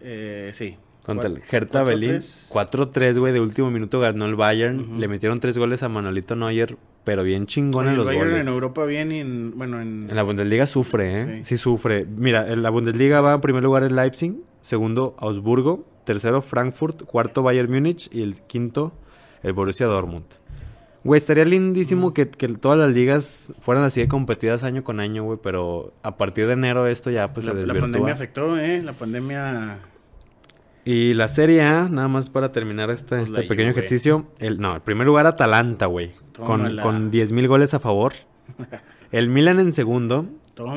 Speaker 2: Eh, sí.
Speaker 1: Contra el
Speaker 2: Cuat-
Speaker 1: Hertha
Speaker 2: cuatro,
Speaker 1: Berlín.
Speaker 2: tres.
Speaker 1: 4-3, güey. De último minuto ganó el Bayern.
Speaker 2: Ujú.
Speaker 1: Le metieron tres goles a Manolito Neuer, pero bien
Speaker 2: Oye,
Speaker 1: chingón en
Speaker 2: el
Speaker 1: los
Speaker 2: Bayern
Speaker 1: goles.
Speaker 2: en Europa bien y en. Bueno, en.
Speaker 1: En la Bundesliga sufre, ¿eh? Sí.
Speaker 2: Sí.
Speaker 1: sufre. Mira, en la Bundesliga va en primer lugar el Leipzig, segundo Augsburgo, tercero Frankfurt, cuarto Bayern Múnich y el quinto el Borussia Dortmund. Güey, estaría
Speaker 2: Mm.
Speaker 1: lindísimo que, que todas las ligas fueran así de competidas año con año, güey, pero a partir de enero esto ya pues
Speaker 2: la,
Speaker 1: se
Speaker 2: la
Speaker 1: desvirtúa.
Speaker 2: pandemia afectó, ¿eh? La pandemia.
Speaker 1: Y la Serie A, nada más para terminar este,
Speaker 2: Pues la
Speaker 1: este pequeño
Speaker 2: Juve.
Speaker 1: ejercicio. El, no, en primer lugar Atalanta, güey. Con,
Speaker 2: Tómala.
Speaker 1: con 10.000 goles a favor. El Milan en segundo.
Speaker 2: Toma.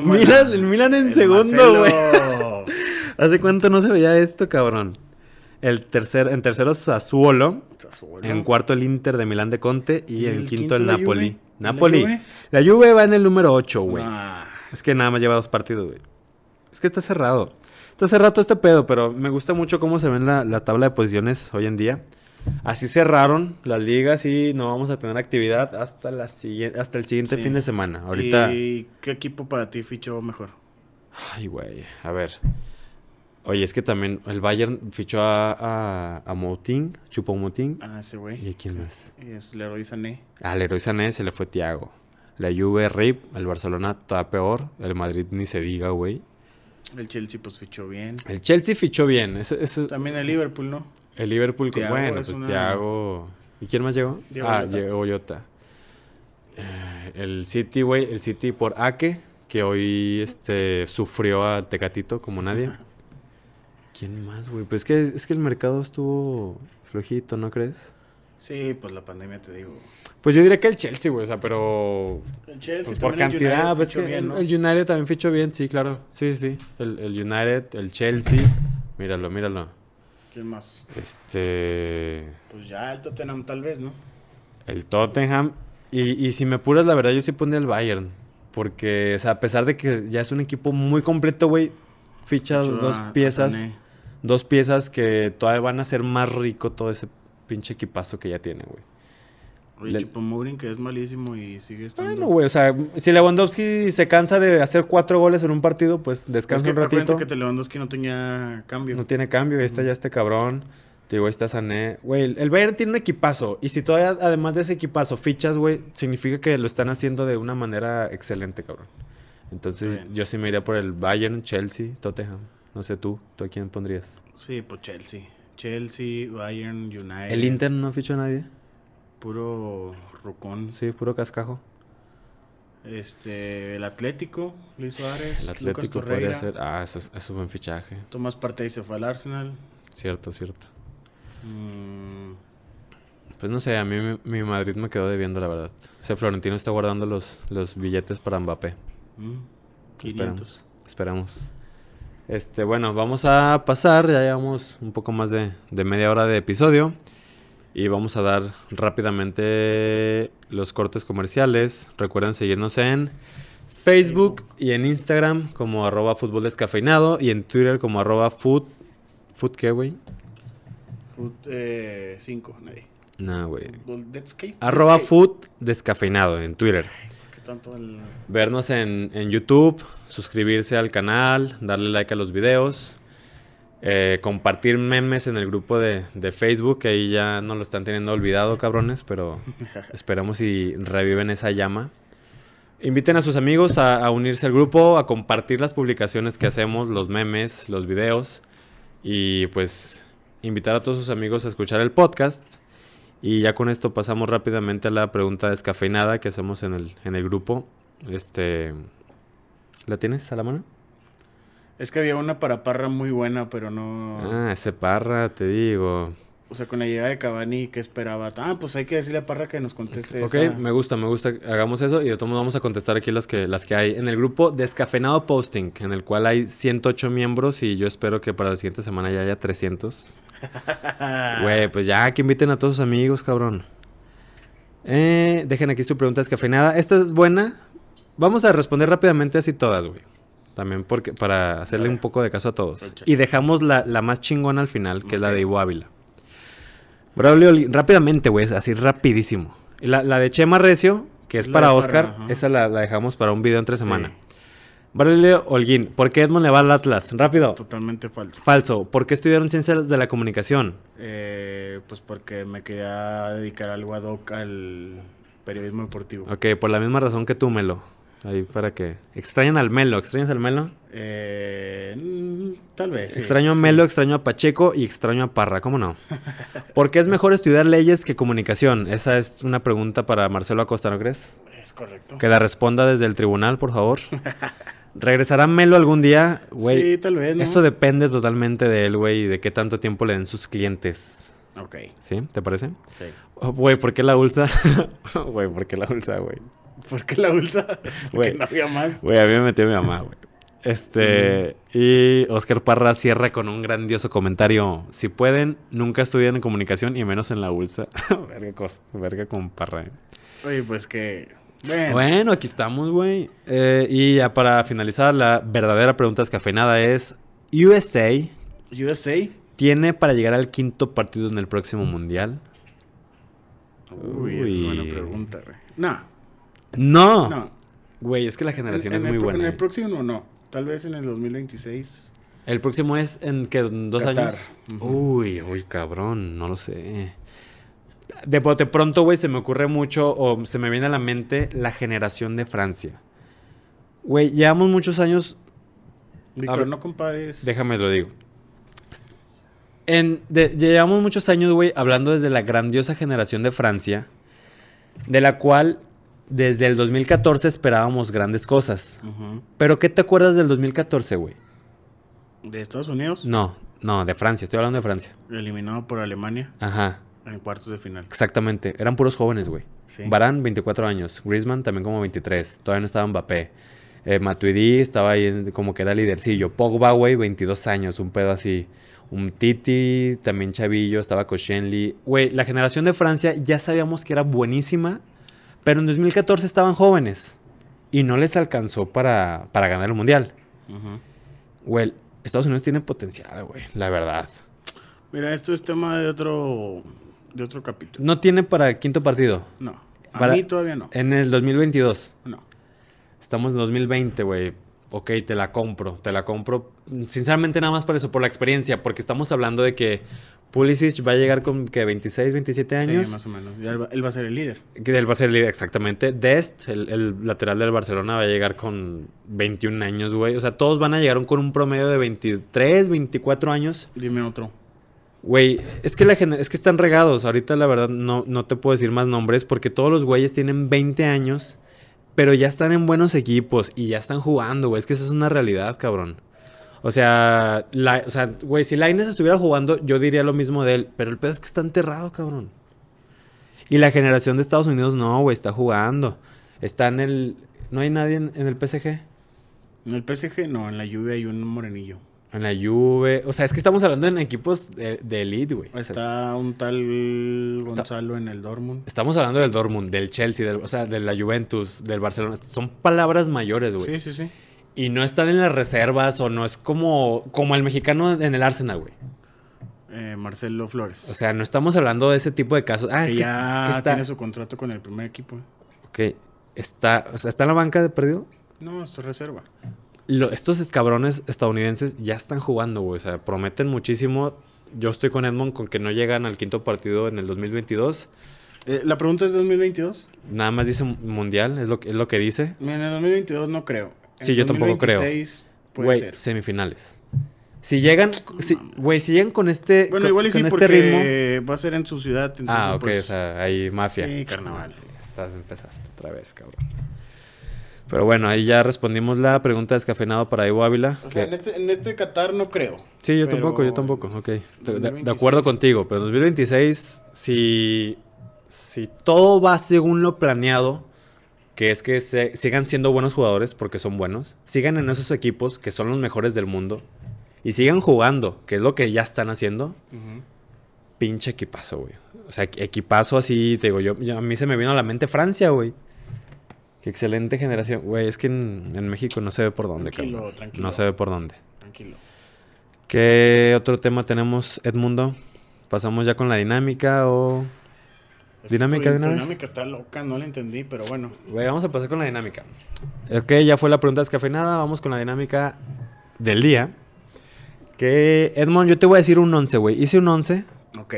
Speaker 1: Milan, el Milan en segundo, güey. ¿Hace cuánto no se veía esto, cabrón? El tercer, en tercero Sassuolo, en cuarto el Inter de Milán de Conte y en quinto, el Napoli. Napoli. La Juve Ah. va en el número 8, güey.
Speaker 2: Ah,
Speaker 1: Es que nada más lleva dos partidos, güey. Es que está cerrado. Está cerrado todo este pedo, pero me gusta mucho cómo se ven la, la tabla de posiciones hoy en día. Así cerraron las ligas y no vamos a tener actividad hasta, la siguiente, hasta el siguiente
Speaker 2: Sí.
Speaker 1: fin de semana. Ahorita...
Speaker 2: Ahorita. ¿Y qué equipo para ti fichó mejor?
Speaker 1: Ay, güey. A ver. Oye, es que también el Bayern fichó a, a, a Moutin, Chupo Moutin.
Speaker 2: Ah, ese
Speaker 1: ¿Y a
Speaker 2: güey.
Speaker 1: quién más?
Speaker 2: Es Leroy Sané.
Speaker 1: Al Leroy Sané se le fue Thiago. La Juve, Rip. El Barcelona está peor. El Madrid ni se diga, güey.
Speaker 2: El Chelsea, pues fichó bien.
Speaker 1: El Chelsea fichó bien. eso- eso-
Speaker 2: También el Liverpool, ¿no?
Speaker 1: el Liverpool, con-
Speaker 2: Thiago
Speaker 1: bueno,
Speaker 2: es
Speaker 1: pues
Speaker 2: una-
Speaker 1: Thiago... ¿Y quién más llegó?
Speaker 2: Diego
Speaker 1: ah,
Speaker 2: Llota.
Speaker 1: llegó Jota. el City, güey. El City por Ake, que hoy este, sufrió al Tecatito como nadie. ¿Quién más, güey? Pues es que, es que el mercado estuvo flojito, ¿no crees?
Speaker 2: Sí, pues la pandemia te digo.
Speaker 1: Pues yo diría que el Chelsea, güey, o sea, pero...
Speaker 2: El Chelsea
Speaker 1: Pues por
Speaker 2: también el
Speaker 1: cantidad,
Speaker 2: United
Speaker 1: pues
Speaker 2: fichó
Speaker 1: que
Speaker 2: bien,
Speaker 1: el,
Speaker 2: ¿no?
Speaker 1: el United también fichó bien, sí, claro. Sí, sí, el, el United, el Chelsea, míralo, míralo.
Speaker 2: ¿Quién más?
Speaker 1: Este...
Speaker 2: Pues ya el Tottenham tal vez, ¿no?
Speaker 1: El Tottenham. Y, y si me apuras, la verdad, yo sí pondría el Bayern. Porque, o sea, a pesar de que ya es un equipo muy completo, güey, ficha
Speaker 2: Fichó
Speaker 1: dos
Speaker 2: a- a
Speaker 1: piezas.
Speaker 2: Sané.
Speaker 1: dos piezas que todavía van a ser más rico todo ese pinche equipazo que ya tiene, güey.
Speaker 2: Oye,
Speaker 1: Le-
Speaker 2: Chupomurin, que es malísimo y sigue estando.
Speaker 1: Bueno, güey, o sea, si Lewandowski se cansa de hacer cuatro goles en un partido, pues
Speaker 2: Es
Speaker 1: descansa
Speaker 2: que
Speaker 1: un ratito.
Speaker 2: acuérdate que te Lewandowski no tenía cambio.
Speaker 1: No tiene cambio, ahí está ya este cabrón. Te digo, ahí está Sané. Güey, el- el Bayern tiene un equipazo. Y si todavía, además de ese equipazo, fichas, güey, significa que lo están haciendo de una manera excelente, cabrón. Entonces,
Speaker 2: Bien.
Speaker 1: yo sí me iría por el Bayern, Chelsea, Tottenham. No sé tú, ¿tú a quién pondrías?
Speaker 2: Sí, pues Chelsea. Chelsea, Bayern, United.
Speaker 1: El Inter no fichó a nadie.
Speaker 2: Puro Rucón.
Speaker 1: Sí, puro cascajo.
Speaker 2: Este, el Atlético, Luis Suárez.
Speaker 1: El
Speaker 2: Lucas
Speaker 1: Atlético podría
Speaker 2: Torreira.
Speaker 1: ser. Ah, eso es, eso es un buen fichaje.
Speaker 2: Tomás Partey se fue al Arsenal.
Speaker 1: Cierto, cierto.
Speaker 2: Mm,
Speaker 1: Pues no sé, a mí mi- mi Madrid me quedó debiendo, la verdad. Ese Florentino está guardando los, los billetes para Mbappé.
Speaker 2: mm, 500.
Speaker 1: Esperamos. Esperamos. Este, bueno, vamos a pasar. Ya llevamos un poco más de, de media hora de episodio. Y vamos a dar rápidamente los cortes comerciales. Recuerden seguirnos en Facebook y en Instagram como arroba fútbol descafeinado y en Twitter como arroba food... ¿Food qué, güey?
Speaker 2: Fut- eh, cinco, nadie.
Speaker 1: No, güey.
Speaker 2: Fútbol Netscape,
Speaker 1: Arroba
Speaker 2: Netscape.
Speaker 1: food descafeinado en Twitter.
Speaker 2: ¿Qué tanto el-
Speaker 1: vernos en, en YouTube, suscribirse al canal, darle like a los videos, eh, compartir memes en el grupo de, de Facebook, que ahí ya no lo están teniendo olvidado, cabrones, pero esperamos y reviven esa llama. Inviten a sus amigos a, a unirse al grupo, a compartir las publicaciones que hacemos, los memes, los videos, y pues invitar a todos sus amigos a escuchar el podcast. Y ya con esto pasamos rápidamente a la pregunta descafeinada que hacemos en el, en el grupo. Este. ¿La tienes a la mano?
Speaker 2: Es que había una para Parra muy buena, pero no.
Speaker 1: Ah, ese parra, te digo.
Speaker 2: O sea, con la llegada de Cavani, ¿qué esperaba? Ah, pues hay que decirle a Parra que nos conteste
Speaker 1: Ok,
Speaker 2: esa-
Speaker 1: me gusta, me gusta. Hagamos eso y de todos modos vamos a contestar aquí las que, las que hay en el grupo Descafeinado Posting, en el cual hay 108 miembros y yo espero que para la siguiente semana ya haya 300.
Speaker 2: Ah,
Speaker 1: Güey, pues ya, que inviten a todos sus amigos, cabrón. Eh, dejen aquí su pregunta descafeinada. Esta es buena. Vamos a responder rápidamente así todas, güey. También porque, para hacerle
Speaker 2: Dale.
Speaker 1: un poco de caso a todos.
Speaker 2: Aprovecha.
Speaker 1: Y dejamos la, la más chingona al final, que es la
Speaker 2: Ok.
Speaker 1: de Ivo Ávila. Braulio, Oli- rápidamente, güey, así rapidísimo. La, la de Chema Recio, que es
Speaker 2: La
Speaker 1: para
Speaker 2: de
Speaker 1: Oscar,
Speaker 2: Parra, ajá.
Speaker 1: esa la, la dejamos para un video entre semana. Braulio Holguín, ¿por qué Edmond le va al Atlas? Rápido.
Speaker 2: Totalmente falso.
Speaker 1: Falso. ¿Por qué estudiaron ciencias de la comunicación?
Speaker 2: Eh, pues porque me quería dedicar algo ad hoc al periodismo deportivo.
Speaker 1: Ok, por la misma razón que tú, Melo. Ahí para que. Extrañan al Melo, extrañas al Melo.
Speaker 2: Eh, mm, tal vez. sí,
Speaker 1: extraño a
Speaker 2: sí.
Speaker 1: Melo, extraño a Pacheco y extraño a Parra, ¿cómo no? ¿Por qué es mejor estudiar leyes que comunicación? Esa es una pregunta para Marcelo Acosta, ¿no crees?
Speaker 2: Es correcto.
Speaker 1: Que la responda desde el tribunal, por favor. ¿Regresará Melo algún día? Güey,
Speaker 2: sí, tal vez. ¿no?
Speaker 1: esto depende totalmente de él, güey, y de qué tanto tiempo le den sus clientes.
Speaker 2: Ok,
Speaker 1: ¿Sí? ¿Te parece?
Speaker 2: sí.
Speaker 1: Oh, Güey, ¿por qué la bolsa? Güey, ¿por qué la bolsa, güey?
Speaker 2: ¿Por qué la bolsa? Porque
Speaker 1: Güey.
Speaker 2: no había más.
Speaker 1: Güey, a mí me metió mi mamá, güey. Este, y Oscar Parra cierra con un grandioso comentario. Si pueden, nunca estudian en comunicación y menos en la ULSA. verga, cosa, verga con Parra. eh.
Speaker 2: Oye, pues que. Bueno,
Speaker 1: Ah, Bueno, aquí estamos, güey. Eh, y ya para finalizar, la verdadera pregunta descafeinada es, ¿USA
Speaker 2: USA.
Speaker 1: tiene para llegar al quinto partido en el próximo mundial?
Speaker 2: Uy, esa es buena
Speaker 1: Uy.
Speaker 2: pregunta, güey. No,
Speaker 1: No.
Speaker 2: no.
Speaker 1: Güey, es que la generación
Speaker 2: En-
Speaker 1: es
Speaker 2: en
Speaker 1: muy
Speaker 2: el, pro-
Speaker 1: buena.
Speaker 2: En
Speaker 1: eh.
Speaker 2: el próximo no. Tal vez en el 2026.
Speaker 1: El próximo es en que dos
Speaker 2: Qatar.
Speaker 1: años.
Speaker 2: Ujú.
Speaker 1: Uy, uy, cabrón, no lo sé. De bote pronto, güey, se me ocurre mucho o se me viene a la mente la generación de Francia. Güey, llevamos muchos años,
Speaker 2: Víctor,
Speaker 1: ver.
Speaker 2: no compares.
Speaker 1: déjame lo digo. En, de- llevamos muchos años, güey, hablando desde la grandiosa generación de Francia, de la cual desde el 2014 esperábamos grandes cosas.
Speaker 2: Ujú.
Speaker 1: Pero ¿qué te acuerdas del 2014, güey?
Speaker 2: De Estados Unidos,
Speaker 1: No, no, de Francia, estoy hablando de Francia.
Speaker 2: eliminado por Alemania
Speaker 1: Ajá.
Speaker 2: en cuartos de final.
Speaker 1: Exactamente, eran puros jóvenes, güey.
Speaker 2: Sí.
Speaker 1: Barán, 24 años. Griezmann también como 23. Todavía no estaba Mbappé. Eh, Matuidi estaba ahí en- como que era lidercillo. Pogba, güey, 22 años, un pedo así. Un Titi, también Chavillo, estaba Koscielny. Güey, la generación de Francia ya sabíamos que era buenísima, pero en 2014 estaban jóvenes y no les alcanzó para, para ganar el Mundial.
Speaker 2: Ujú.
Speaker 1: Güey, Estados Unidos tiene potencial, güey, la verdad.
Speaker 2: Mira, esto es tema de otro, de otro capítulo.
Speaker 1: No tiene para quinto partido.
Speaker 2: No, a
Speaker 1: Para-
Speaker 2: mí todavía no.
Speaker 1: En el 2022.
Speaker 2: No.
Speaker 1: Estamos en 2020, güey. Ok, te la compro, te la compro. mm, Sinceramente, nada más por eso, por la experiencia, porque estamos hablando de que Pulisic va a llegar con que 26, 27 años.
Speaker 2: Sí, más o menos. Ya él, va, él va a ser el líder.
Speaker 1: Que él va a ser el líder, exactamente. Dest, el, el lateral del Barcelona, va a llegar con 21 años, güey. O sea, todos van a llegar con un promedio de 23, 24 años.
Speaker 2: Dime otro.
Speaker 1: Güey, es que la gener- es que están regados. Ahorita la verdad no, no te puedo decir más nombres porque todos los güeyes tienen 20 años, pero ya están en buenos equipos y ya están jugando, güey. Es que esa es una realidad, cabrón. O sea, la, o sea, güey, si Laines estuviera jugando, yo diría lo mismo de él, pero el pedo es que está enterrado, cabrón. Y la generación de Estados Unidos no, güey, está jugando. Está en el no hay nadie en, en el PSG,
Speaker 2: En el PSG no, en la lluvia hay un morenillo.
Speaker 1: en la Juve, o sea, es que estamos hablando en equipos de, de elite, güey. O sea,
Speaker 2: Está un tal Gonzalo en el Dortmund.
Speaker 1: Estamos hablando del Dortmund, del Chelsea, del- o sea, de la Juventus, del Barcelona. Son palabras mayores, güey.
Speaker 2: Sí, sí, sí.
Speaker 1: Y no están en las reservas o no es como, como el mexicano en el Arsenal, güey.
Speaker 2: Eh, Marcelo Flores.
Speaker 1: O sea, no estamos hablando de ese tipo de casos. Ah,
Speaker 2: que
Speaker 1: es que,
Speaker 2: ya
Speaker 1: que está,
Speaker 2: tiene su contrato con el primer equipo.
Speaker 1: ok, está, o sea, está en la banca de perdido.
Speaker 2: No, esto es reserva.
Speaker 1: Lo- estos cabrones estadounidenses ya están jugando, güey. O sea, prometen muchísimo. Yo estoy con Edmond con que no llegan al quinto partido en el 2022.
Speaker 2: Eh, la pregunta es 2022.
Speaker 1: Nada más dice mundial, es lo, que- es lo que dice.
Speaker 2: Mira, en el 2022 no creo. En
Speaker 1: Sí, yo tampoco creo.
Speaker 2: 2026 Puede
Speaker 1: Güey,
Speaker 2: ser.
Speaker 1: semifinales. Si llegan, si- güey, si, llegan con este,
Speaker 2: Bueno,
Speaker 1: con,
Speaker 2: igual y sí,
Speaker 1: con este
Speaker 2: porque
Speaker 1: ritmo.
Speaker 2: va a ser en su ciudad. Entonces,
Speaker 1: Ah, ok,
Speaker 2: pues,
Speaker 1: o sea, ahí mafia.
Speaker 2: sí, carnaval.
Speaker 1: Estás, empezaste otra vez, cabrón. Pero bueno, ahí ya respondimos la pregunta descafeinado para Ivo Ávila.
Speaker 2: O sea,
Speaker 1: que-
Speaker 2: en este, en este Qatar no creo.
Speaker 1: Sí, yo
Speaker 2: Pero
Speaker 1: tampoco, yo
Speaker 2: en
Speaker 1: tampoco. Ok. De- De,
Speaker 2: 2026.
Speaker 1: de acuerdo contigo, pero en 2026, si, si todo va según lo planeado, que es que se- sigan siendo buenos jugadores, porque son buenos, sigan en esos equipos que son los mejores del mundo, y sigan jugando, que es lo que ya están haciendo,
Speaker 2: Ujú.
Speaker 1: pinche equipazo, güey. O sea, equipazo así, te digo, yo, yo- a mí se me vino a la mente Francia, güey. Qué excelente generación. Güey, es que en, en México no se ve por dónde,
Speaker 2: Tranquilo,
Speaker 1: cabrón.
Speaker 2: tranquilo.
Speaker 1: No se ve por dónde.
Speaker 2: Tranquilo.
Speaker 1: ¿Qué otro tema tenemos, Edmundo? ¿Pasamos ya con la dinámica o...?
Speaker 2: Es que
Speaker 1: ¿Dinámica
Speaker 2: tu-
Speaker 1: de una
Speaker 2: tu
Speaker 1: vez?
Speaker 2: Dinámica está loca, no la entendí, pero bueno.
Speaker 1: Güey, vamos a pasar con la dinámica. Ok, ya fue la pregunta descafeinada. Vamos con la dinámica del día. Que, Edmond, yo te voy a decir un 11, güey. Hice un 11
Speaker 2: Ok.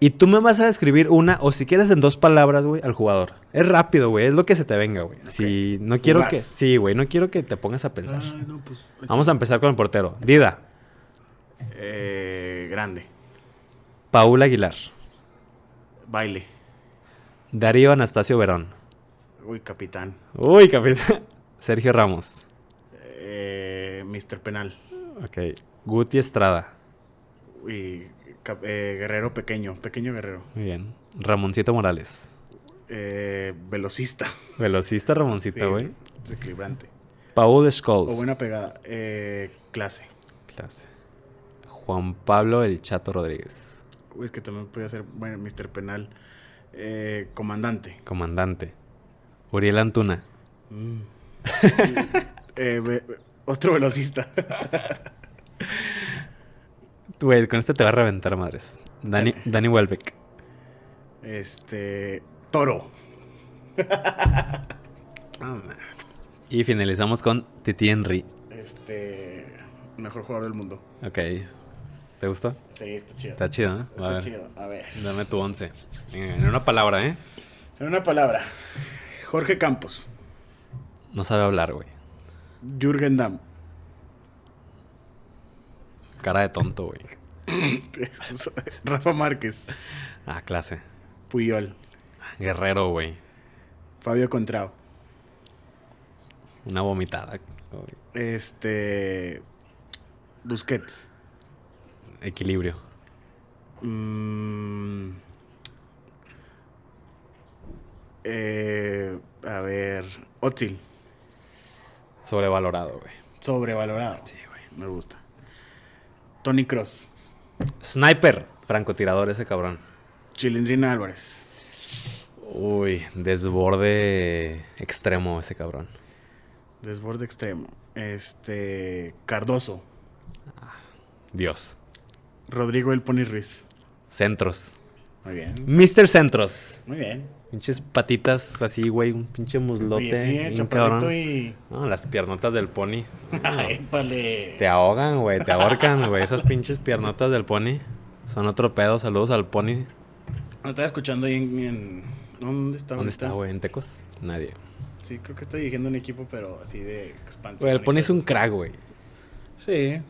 Speaker 1: y tú me vas a describir una o si quieres en dos palabras, güey, al jugador. Es rápido, güey. Es lo que se te venga, güey. Si no quiero
Speaker 2: Vas.
Speaker 1: que... Sí, güey. No quiero que te pongas a pensar.
Speaker 2: Ay, no, pues,
Speaker 1: Vamos a empezar con el portero. Dida.
Speaker 2: Eh, grande.
Speaker 1: Paula Aguilar.
Speaker 2: Baile.
Speaker 1: Darío Anastasio Verón.
Speaker 2: Uy, capitán.
Speaker 1: Uy, capitán. Sergio Ramos.
Speaker 2: Eh, Mr. Penal.
Speaker 1: Ok. Guti Estrada.
Speaker 2: Uy, cap- eh, guerrero pequeño. Pequeño guerrero.
Speaker 1: Muy bien. Ramoncito Morales.
Speaker 2: Eh, velocista.
Speaker 1: Velocista Ramoncito, güey. Pues-
Speaker 2: Desequilibrante.
Speaker 1: Paul Scholes.
Speaker 2: O buena pegada. Eh, clase.
Speaker 1: Clase. Juan Pablo El Chato Rodríguez.
Speaker 2: Uy, es que también podía ser bueno, Mr. Penal. Eh, comandante.
Speaker 1: Comandante. Uriel Antuna.
Speaker 2: Mm. Eh, ve- otro velocista.
Speaker 1: Güey, con este te va a reventar, madres. Dani,
Speaker 2: Chale.
Speaker 1: Dani Welbeck.
Speaker 2: Este. Toro. Ah,
Speaker 1: Y finalizamos con Titi Henry.
Speaker 2: Este. Mejor jugador del mundo.
Speaker 1: Ok. ¿Te gustó?
Speaker 2: Sí, está chido.
Speaker 1: Está chido, ¿no?
Speaker 2: Está chido. A ver.
Speaker 1: Dame tu once. Venga, En una palabra, ¿eh?
Speaker 2: En una palabra. Jorge Campos.
Speaker 1: No sabe hablar, güey.
Speaker 2: Jürgen Damm.
Speaker 1: Cara de tonto, güey.
Speaker 2: Rafa Márquez.
Speaker 1: Ah, clase.
Speaker 2: Puyol.
Speaker 1: Guerrero, güey.
Speaker 2: Fabio Contrao.
Speaker 1: Una vomitada. güey.
Speaker 2: Este. Busquets.
Speaker 1: Equilibrio.
Speaker 2: Mm. Eh, a ver. Otzil.
Speaker 1: Sobrevalorado, güey.
Speaker 2: Sobrevalorado.
Speaker 1: Sí, güey.
Speaker 2: Me gusta. Tony Cross.
Speaker 1: Sniper. Francotirador ese cabrón.
Speaker 2: Chilindrina Álvarez.
Speaker 1: Uy, desborde extremo ese cabrón.
Speaker 2: Desborde extremo. Este. Cardoso.
Speaker 1: Dios.
Speaker 2: Rodrigo El Pony Ruiz.
Speaker 1: Centros.
Speaker 2: Muy bien.
Speaker 1: Mr. Centros.
Speaker 2: Muy bien.
Speaker 1: Pinches patitas así, güey. Un pinche muslote.
Speaker 2: Oye, sí, eh,
Speaker 1: bien
Speaker 2: chaparrito
Speaker 1: cabrón.
Speaker 2: y.
Speaker 1: No, las piernotas del pony.
Speaker 2: Épale.
Speaker 1: Te ahogan, güey. Te ahorcan, güey. Esas pinches piernotas del pony. Son otro pedo. Saludos al pony.
Speaker 2: Lo estaba escuchando ahí en. en- ¿Dónde está?
Speaker 1: ¿Dónde está, güey? ¿En Tecos? Nadie.
Speaker 2: Sí, creo que está dirigiendo un equipo, pero así de expansión.
Speaker 1: Güey, el
Speaker 2: y
Speaker 1: pony es un
Speaker 2: cosas.
Speaker 1: crack, güey.
Speaker 2: Sí.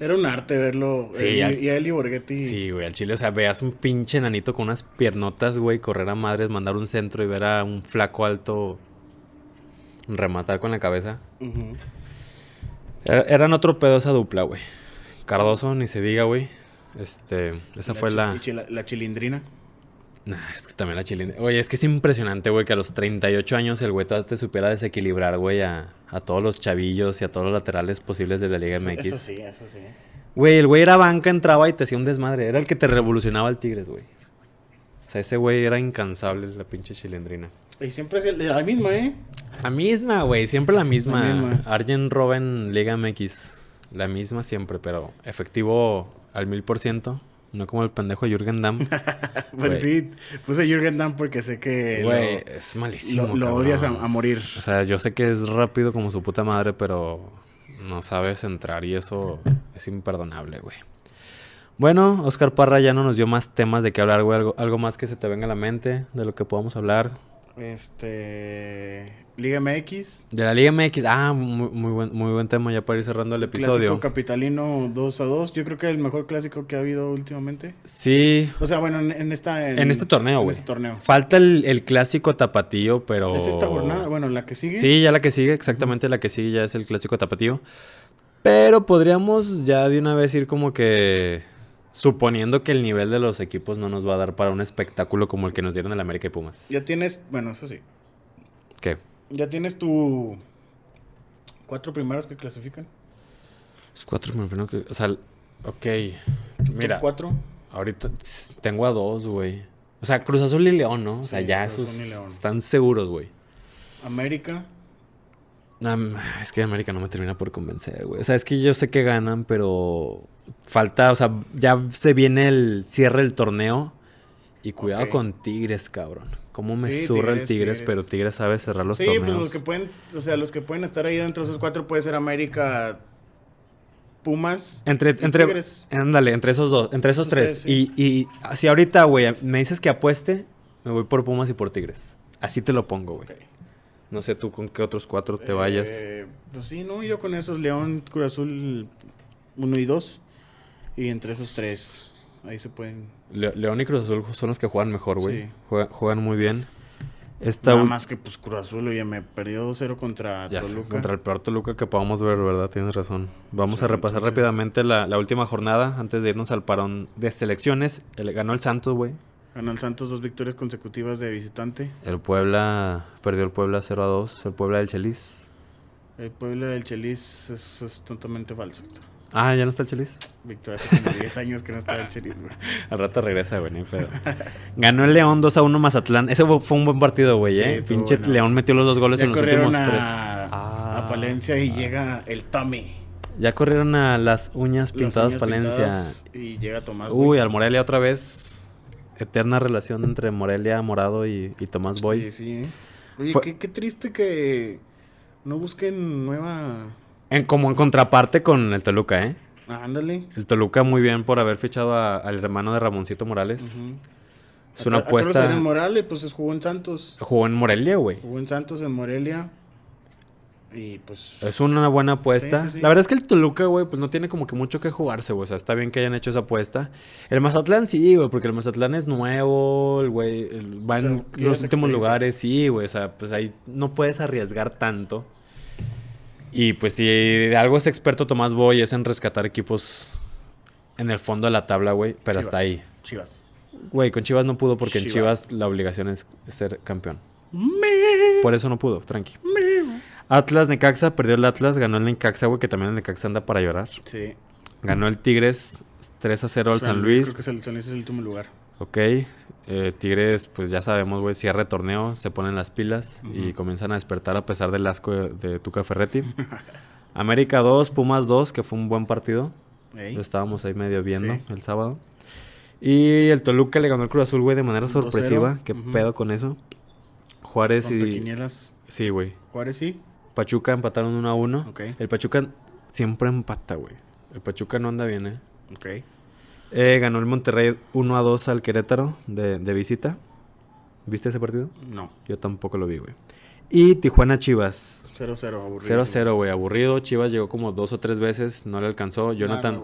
Speaker 2: Era un arte verlo.
Speaker 1: Sí,
Speaker 2: él y-
Speaker 1: ya-
Speaker 2: y a Eli Borghetti.
Speaker 1: Sí, güey, al chile, o sea, veas un pinche enanito con unas piernotas, güey, correr a madres, mandar un centro y ver a un flaco alto rematar con la cabeza.
Speaker 2: Ujú.
Speaker 1: Er- eran otro pedo esa dupla, güey. Cardoso, ni se diga, güey. Este, esa fue
Speaker 2: chi-
Speaker 1: la...
Speaker 2: y chi- la. la chilindrina.
Speaker 1: Nah, es que también la chilena. Oye, es que es impresionante, güey, que a los 38 años el güey todavía te supiera desequilibrar, güey, a, a todos los chavillos y a todos los laterales posibles de la Liga
Speaker 2: Eso-
Speaker 1: MX.
Speaker 2: Eso sí, eso sí.
Speaker 1: Güey, el güey era banca, entraba y te hacía un desmadre. Era el que te revolucionaba el Tigres, güey. O sea, ese güey era incansable, la pinche chilendrina.
Speaker 2: Y siempre es la misma, ¿eh?
Speaker 1: La misma, güey, siempre la misma.
Speaker 2: La misma.
Speaker 1: Arjen Robben, Liga MX. La misma siempre, pero efectivo al mil por ciento. No como el pendejo Jürgen Damm. Güey.
Speaker 2: Pues sí, puse Jürgen Damm porque sé que lo-
Speaker 1: Güey, es
Speaker 2: lo,
Speaker 1: malísimo.
Speaker 2: lo odias a,
Speaker 1: cabrón.
Speaker 2: a morir.
Speaker 1: O sea, yo sé que es rápido como su puta madre, pero no sabes entrar y eso es imperdonable, güey. Bueno, Oscar Parra ya no nos dio más temas de qué hablar, güey. Algo, algo más que se te venga a la mente de lo que podamos hablar.
Speaker 2: Este. Liga MX.
Speaker 1: De la Liga MX. Ah, muy, muy buen, muy buen tema ya para ir cerrando el episodio.
Speaker 2: Clásico capitalino 2 a 2. Yo creo que el mejor clásico que ha habido últimamente.
Speaker 1: Sí.
Speaker 2: O sea, bueno, en, en esta.
Speaker 1: En este torneo,
Speaker 2: en
Speaker 1: güey.
Speaker 2: este torneo.
Speaker 1: Falta el, el clásico tapatío, pero...
Speaker 2: Es esta jornada, bueno, la que sigue.
Speaker 1: Sí, ya la que sigue, exactamente la que sigue ya es el clásico tapatío. Pero podríamos ya de una vez ir como que suponiendo que el nivel de los equipos no nos va a dar para un espectáculo como el que nos dieron el América y Pumas.
Speaker 2: Ya tienes, bueno, eso sí.
Speaker 1: ¿Qué?
Speaker 2: Ya tienes tu. Cuatro primeros que clasifican.
Speaker 1: Los cuatro me imagino que- O sea, ok.
Speaker 2: Tu top
Speaker 1: Mira,
Speaker 2: Cuatro.
Speaker 1: ahorita tss, tengo a dos, güey. O sea, Cruz Azul y León, ¿no? O sea,
Speaker 2: Sí,
Speaker 1: ya
Speaker 2: Cruz
Speaker 1: esos
Speaker 2: Azul y León.
Speaker 1: están seguros, güey.
Speaker 2: América.
Speaker 1: No, m- es que América no me termina por convencer, güey. O sea, es que yo sé que ganan, pero falta, o sea, ya se viene el cierre del torneo. Y cuidado
Speaker 2: Ok.
Speaker 1: con Tigres, cabrón. ¿Cómo me
Speaker 2: Sí,
Speaker 1: zurra el
Speaker 2: Tigres,
Speaker 1: Tigres,
Speaker 2: Tigres.
Speaker 1: Pero Tigres sabe cerrar los
Speaker 2: sí, pues
Speaker 1: torneos.
Speaker 2: los que pueden, o sea, los que pueden estar ahí dentro de esos cuatro puede ser América, Pumas.
Speaker 1: Entre,
Speaker 2: y
Speaker 1: entre,
Speaker 2: Tigres.
Speaker 1: ándale, entre esos dos, entre esos
Speaker 2: Esos
Speaker 1: tres.
Speaker 2: tres, sí.
Speaker 1: Y, y así ahorita, güey, me dices que apueste, me voy por Pumas y por Tigres. Así te lo pongo, güey.
Speaker 2: Ok.
Speaker 1: No sé tú con qué otros cuatro te vayas.
Speaker 2: Eh, pues sí, no, yo con esos León, Cruz Azul 1 y 2. Y entre esos tres, ahí se pueden.
Speaker 1: Le- León y Cruz Azul son los que juegan mejor, güey.
Speaker 2: Sí.
Speaker 1: Juega- juegan muy bien. Esta
Speaker 2: Nada
Speaker 1: ul-
Speaker 2: más que pues Cruz Azul, oye, me perdió 2-0 contra
Speaker 1: Ya sé,
Speaker 2: Toluca.
Speaker 1: contra el peor Toluca que podamos ver, ¿verdad? Tienes razón. Vamos
Speaker 2: Sí,
Speaker 1: a repasar
Speaker 2: entonces-
Speaker 1: rápidamente la, la última jornada antes de irnos al parón de selecciones. El- ganó el Santos, güey.
Speaker 2: Ganó el Santos dos victorias consecutivas de visitante.
Speaker 1: El Puebla, perdió el Puebla 0 a 2. El Puebla del Chelis.
Speaker 2: El pueblo del Chelis es, es totalmente falso, Víctor.
Speaker 1: Ah, ya no está el Chelis.
Speaker 2: Víctor, hace como 10 años que no estaba el Chelis, güey.
Speaker 1: Al rato regresa, güey, ni pedo. Ganó el León 2 a 1 Mazatlán. Ese bu- fue un buen partido, güey,
Speaker 2: Sí,
Speaker 1: ¿eh?
Speaker 2: estuvo
Speaker 1: Pinche
Speaker 2: bueno.
Speaker 1: León metió los dos goles
Speaker 2: Ya
Speaker 1: en los últimos
Speaker 2: corrieron
Speaker 1: tres.
Speaker 2: a,
Speaker 1: Ah.
Speaker 2: a Palencia y llega el Tommy.
Speaker 1: Ya corrieron a las uñas
Speaker 2: Las
Speaker 1: pintadas
Speaker 2: uñas
Speaker 1: Palencia.
Speaker 2: pintadas Y llega Tomás.
Speaker 1: Uy,
Speaker 2: Boy.
Speaker 1: al Morelia otra vez. Eterna relación entre Morelia Morado y, y Tomás Boy.
Speaker 2: Oye, sí. ¿eh? Oye,
Speaker 1: Fue-
Speaker 2: qué, qué triste que no busquen nueva.
Speaker 1: En, como en contraparte con el Toluca, ¿eh?
Speaker 2: Ah, ándale.
Speaker 1: El Toluca muy bien por haber fichado a- al hermano de Ramoncito Morales.
Speaker 2: Ujú.
Speaker 1: Es una
Speaker 2: A- a Carlos
Speaker 1: apuesta.
Speaker 2: Adrián Morales, pues es- jugó en Santos.
Speaker 1: Jugó en Morelia, güey.
Speaker 2: Jugó en Santos, en Morelia. Y pues.
Speaker 1: Es una buena apuesta.
Speaker 2: Sí, sí, sí.
Speaker 1: La verdad es que el Toluca, güey, pues no tiene como que mucho que jugarse, güey. O sea, está bien que hayan hecho esa apuesta. El Mazatlán sí, güey, porque el Mazatlán es nuevo, el güey, el- va
Speaker 2: O sea,
Speaker 1: en
Speaker 2: quieres
Speaker 1: los últimos
Speaker 2: experiencia.
Speaker 1: lugares, sí, güey. O sea, pues ahí no puedes arriesgar tanto. Y pues si de algo es experto Tomás Boy es en rescatar equipos en el fondo de la tabla, güey, pero hasta
Speaker 2: Chivas.
Speaker 1: ahí.
Speaker 2: Chivas.
Speaker 1: Güey, con Chivas no pudo porque en
Speaker 2: Chivas.
Speaker 1: Chivas la obligación es ser campeón. Por eso no pudo, tranqui. Atlas Necaxa, perdió el Atlas, ganó el Necaxa, güey, que también el Necaxa anda para llorar.
Speaker 2: Sí.
Speaker 1: Ganó el Tigres 3 a 0 al San Luis.
Speaker 2: Creo que San San Luis es el último lugar.
Speaker 1: Ok. eh, Tigres, pues ya sabemos, güey, cierre torneo, se ponen las pilas y
Speaker 2: Ujú.
Speaker 1: comienzan a despertar a pesar del asco de, de Tuca Ferretti. América 2, Pumas 2, que fue un buen partido.
Speaker 2: Ey.
Speaker 1: Lo estábamos ahí medio viendo
Speaker 2: Sí.
Speaker 1: el sábado. Y el Toluca le ganó el Cruz Azul, güey, de manera
Speaker 2: 2-0.
Speaker 1: sorpresiva. ¿Qué
Speaker 2: Ujú.
Speaker 1: pedo con eso? Juárez y...
Speaker 2: Rompequinielas.
Speaker 1: Sí, güey.
Speaker 2: Juárez sí.
Speaker 1: Pachuca empataron 1 a 1.
Speaker 2: Ok.
Speaker 1: El Pachuca siempre empata, güey. El Pachuca no anda bien, ¿eh?
Speaker 2: Ok.
Speaker 1: Eh, ganó el Monterrey 1 a 2 al Querétaro de, de visita. ¿Viste ese partido?
Speaker 2: No.
Speaker 1: Yo tampoco lo vi, güey. Y Tijuana Chivas.
Speaker 2: 0-0, aburrido.
Speaker 1: 0 a 0, güey. Aburrido. Chivas llegó como dos o tres veces. No le alcanzó. Jonathan,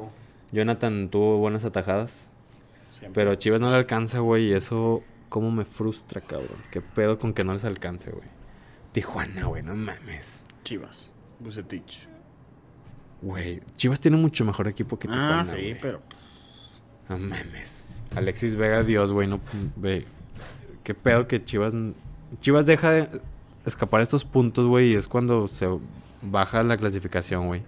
Speaker 1: Jonathan tuvo buenas atajadas. Pero Chivas no le alcanza, güey. Y eso, ¿cómo me frustra, cabrón? ¿Qué pedo con que no les alcance, güey? Tijuana, güey. No mames.
Speaker 2: Chivas. Bucetich.
Speaker 1: Güey, Chivas tiene mucho mejor equipo que Tijuana.
Speaker 2: Ah, sí,
Speaker 1: güey.
Speaker 2: pero. pues,
Speaker 1: No mames. Alexis Vega, Dios, güey, no ve. Qué pedo que Chivas Chivas deja de escapar estos puntos, güey, y es cuando se baja la clasificación, güey.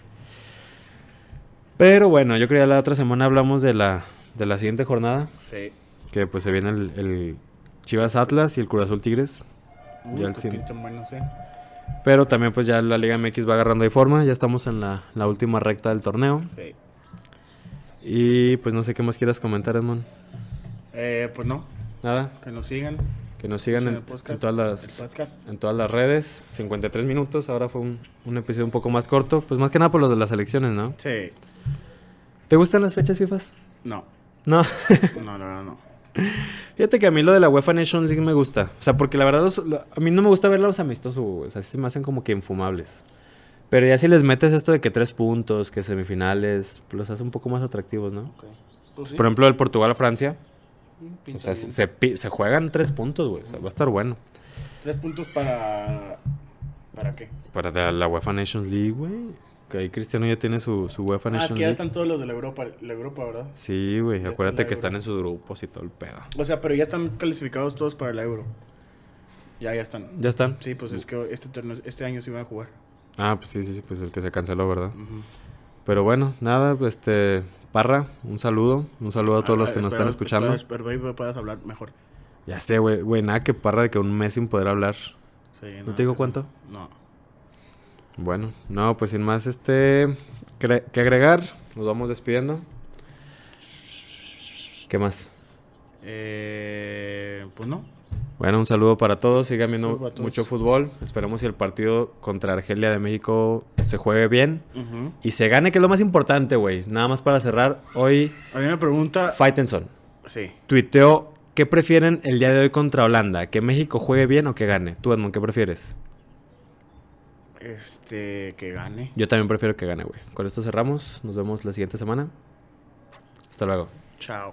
Speaker 1: Pero bueno, yo creo que la otra semana hablamos de la de la siguiente jornada,
Speaker 2: Sí.
Speaker 1: que pues se viene el, el Chivas Atlas y el Cruz Azul Tigres.
Speaker 2: Uy,
Speaker 1: Ya el
Speaker 2: pues
Speaker 1: cine.
Speaker 2: pintan buenos, eh.
Speaker 1: Pero también pues ya la Liga MX va agarrando de forma, ya estamos en la, la última recta del torneo.
Speaker 2: Sí.
Speaker 1: Y pues no sé qué más quieras comentar, Edmond.
Speaker 2: Eh, pues no,
Speaker 1: Nada,
Speaker 2: que nos sigan.
Speaker 1: que nos sigan
Speaker 2: Escuchen
Speaker 1: en,
Speaker 2: el podcast,
Speaker 1: en todas las...
Speaker 2: El podcast.
Speaker 1: en todas las redes. 53 minutos, ahora fue un, un episodio un poco más corto. Pues más que nada por lo de las elecciones, ¿no?
Speaker 2: Sí.
Speaker 1: ¿Te gustan las fechas FIFAs?
Speaker 2: No.
Speaker 1: No.
Speaker 2: No, la verdad no.
Speaker 1: Fíjate que a mí lo de la UEFA Nations League me gusta. O sea, porque la verdad, los- la- a mí no me gusta ver los amistosos, güey. O sea, sí se me hacen como que infumables. Pero ya si les metes esto de que tres puntos, que semifinales, pues los hace un poco más atractivos, ¿no?
Speaker 2: Pues sí,
Speaker 1: Por ejemplo, el Portugal-Francia. O
Speaker 2: pinta
Speaker 1: sea,
Speaker 2: bien.
Speaker 1: se, se pi- se juegan tres puntos, güey. O sea, va a estar bueno.
Speaker 2: Tres puntos para. ¿Para qué?
Speaker 1: Para la, la UEFA Nations League, güey. Que ahí Cristiano ya tiene su, su UEFA
Speaker 2: Ah, es
Speaker 1: Nations
Speaker 2: que ya
Speaker 1: League.
Speaker 2: están todos los de la Europa, la Europa, ¿verdad?
Speaker 1: Sí, güey.
Speaker 2: está
Speaker 1: Acuérdate
Speaker 2: la
Speaker 1: que están
Speaker 2: Euro.
Speaker 1: en sus grupos y todo el pedo.
Speaker 2: O sea, pero ya están calificados todos para la Euro. Ya, ya están.
Speaker 1: ¿Ya están?
Speaker 2: Sí, pues es que este, torneo, este año sí van a jugar.
Speaker 1: Ah, pues sí, sí, sí. Pues el que se canceló, ¿verdad?
Speaker 2: Ujú.
Speaker 1: Pero bueno, nada, pues, este. Parra, un saludo. Un saludo a todos
Speaker 2: Ah,
Speaker 1: los que nos están
Speaker 2: espero-
Speaker 1: escuchando.
Speaker 2: Espero espero que puedas hablar mejor.
Speaker 1: Ya sé, güey. Güey, nada que Parra de que un mes sin poder hablar.
Speaker 2: Sí,
Speaker 1: ¿No te digo
Speaker 2: pues,
Speaker 1: cuánto?
Speaker 2: No.
Speaker 1: Bueno, no, pues sin más, este. cre- que agregar. Nos vamos despidiendo. ¿Qué más?
Speaker 2: Eh, pues no.
Speaker 1: Bueno, un saludo para todos. Sigan viendo
Speaker 2: Saludo para todos.
Speaker 1: mucho fútbol. Esperemos si el partido contra Argelia de México se juegue bien
Speaker 2: Ujú.
Speaker 1: y se gane, que es lo más importante, güey. Nada más para cerrar, hoy
Speaker 2: Había una pregunta.
Speaker 1: Faitenson
Speaker 2: Sí.
Speaker 1: tuiteó: ¿Qué prefieren el día de hoy contra Holanda? ¿Que México juegue bien o que gane? Tú, Edmond, ¿qué prefieres?
Speaker 2: Este, que gane.
Speaker 1: Yo también prefiero que gane, güey. Con esto cerramos. Nos vemos la siguiente semana. Hasta luego.
Speaker 2: Chao.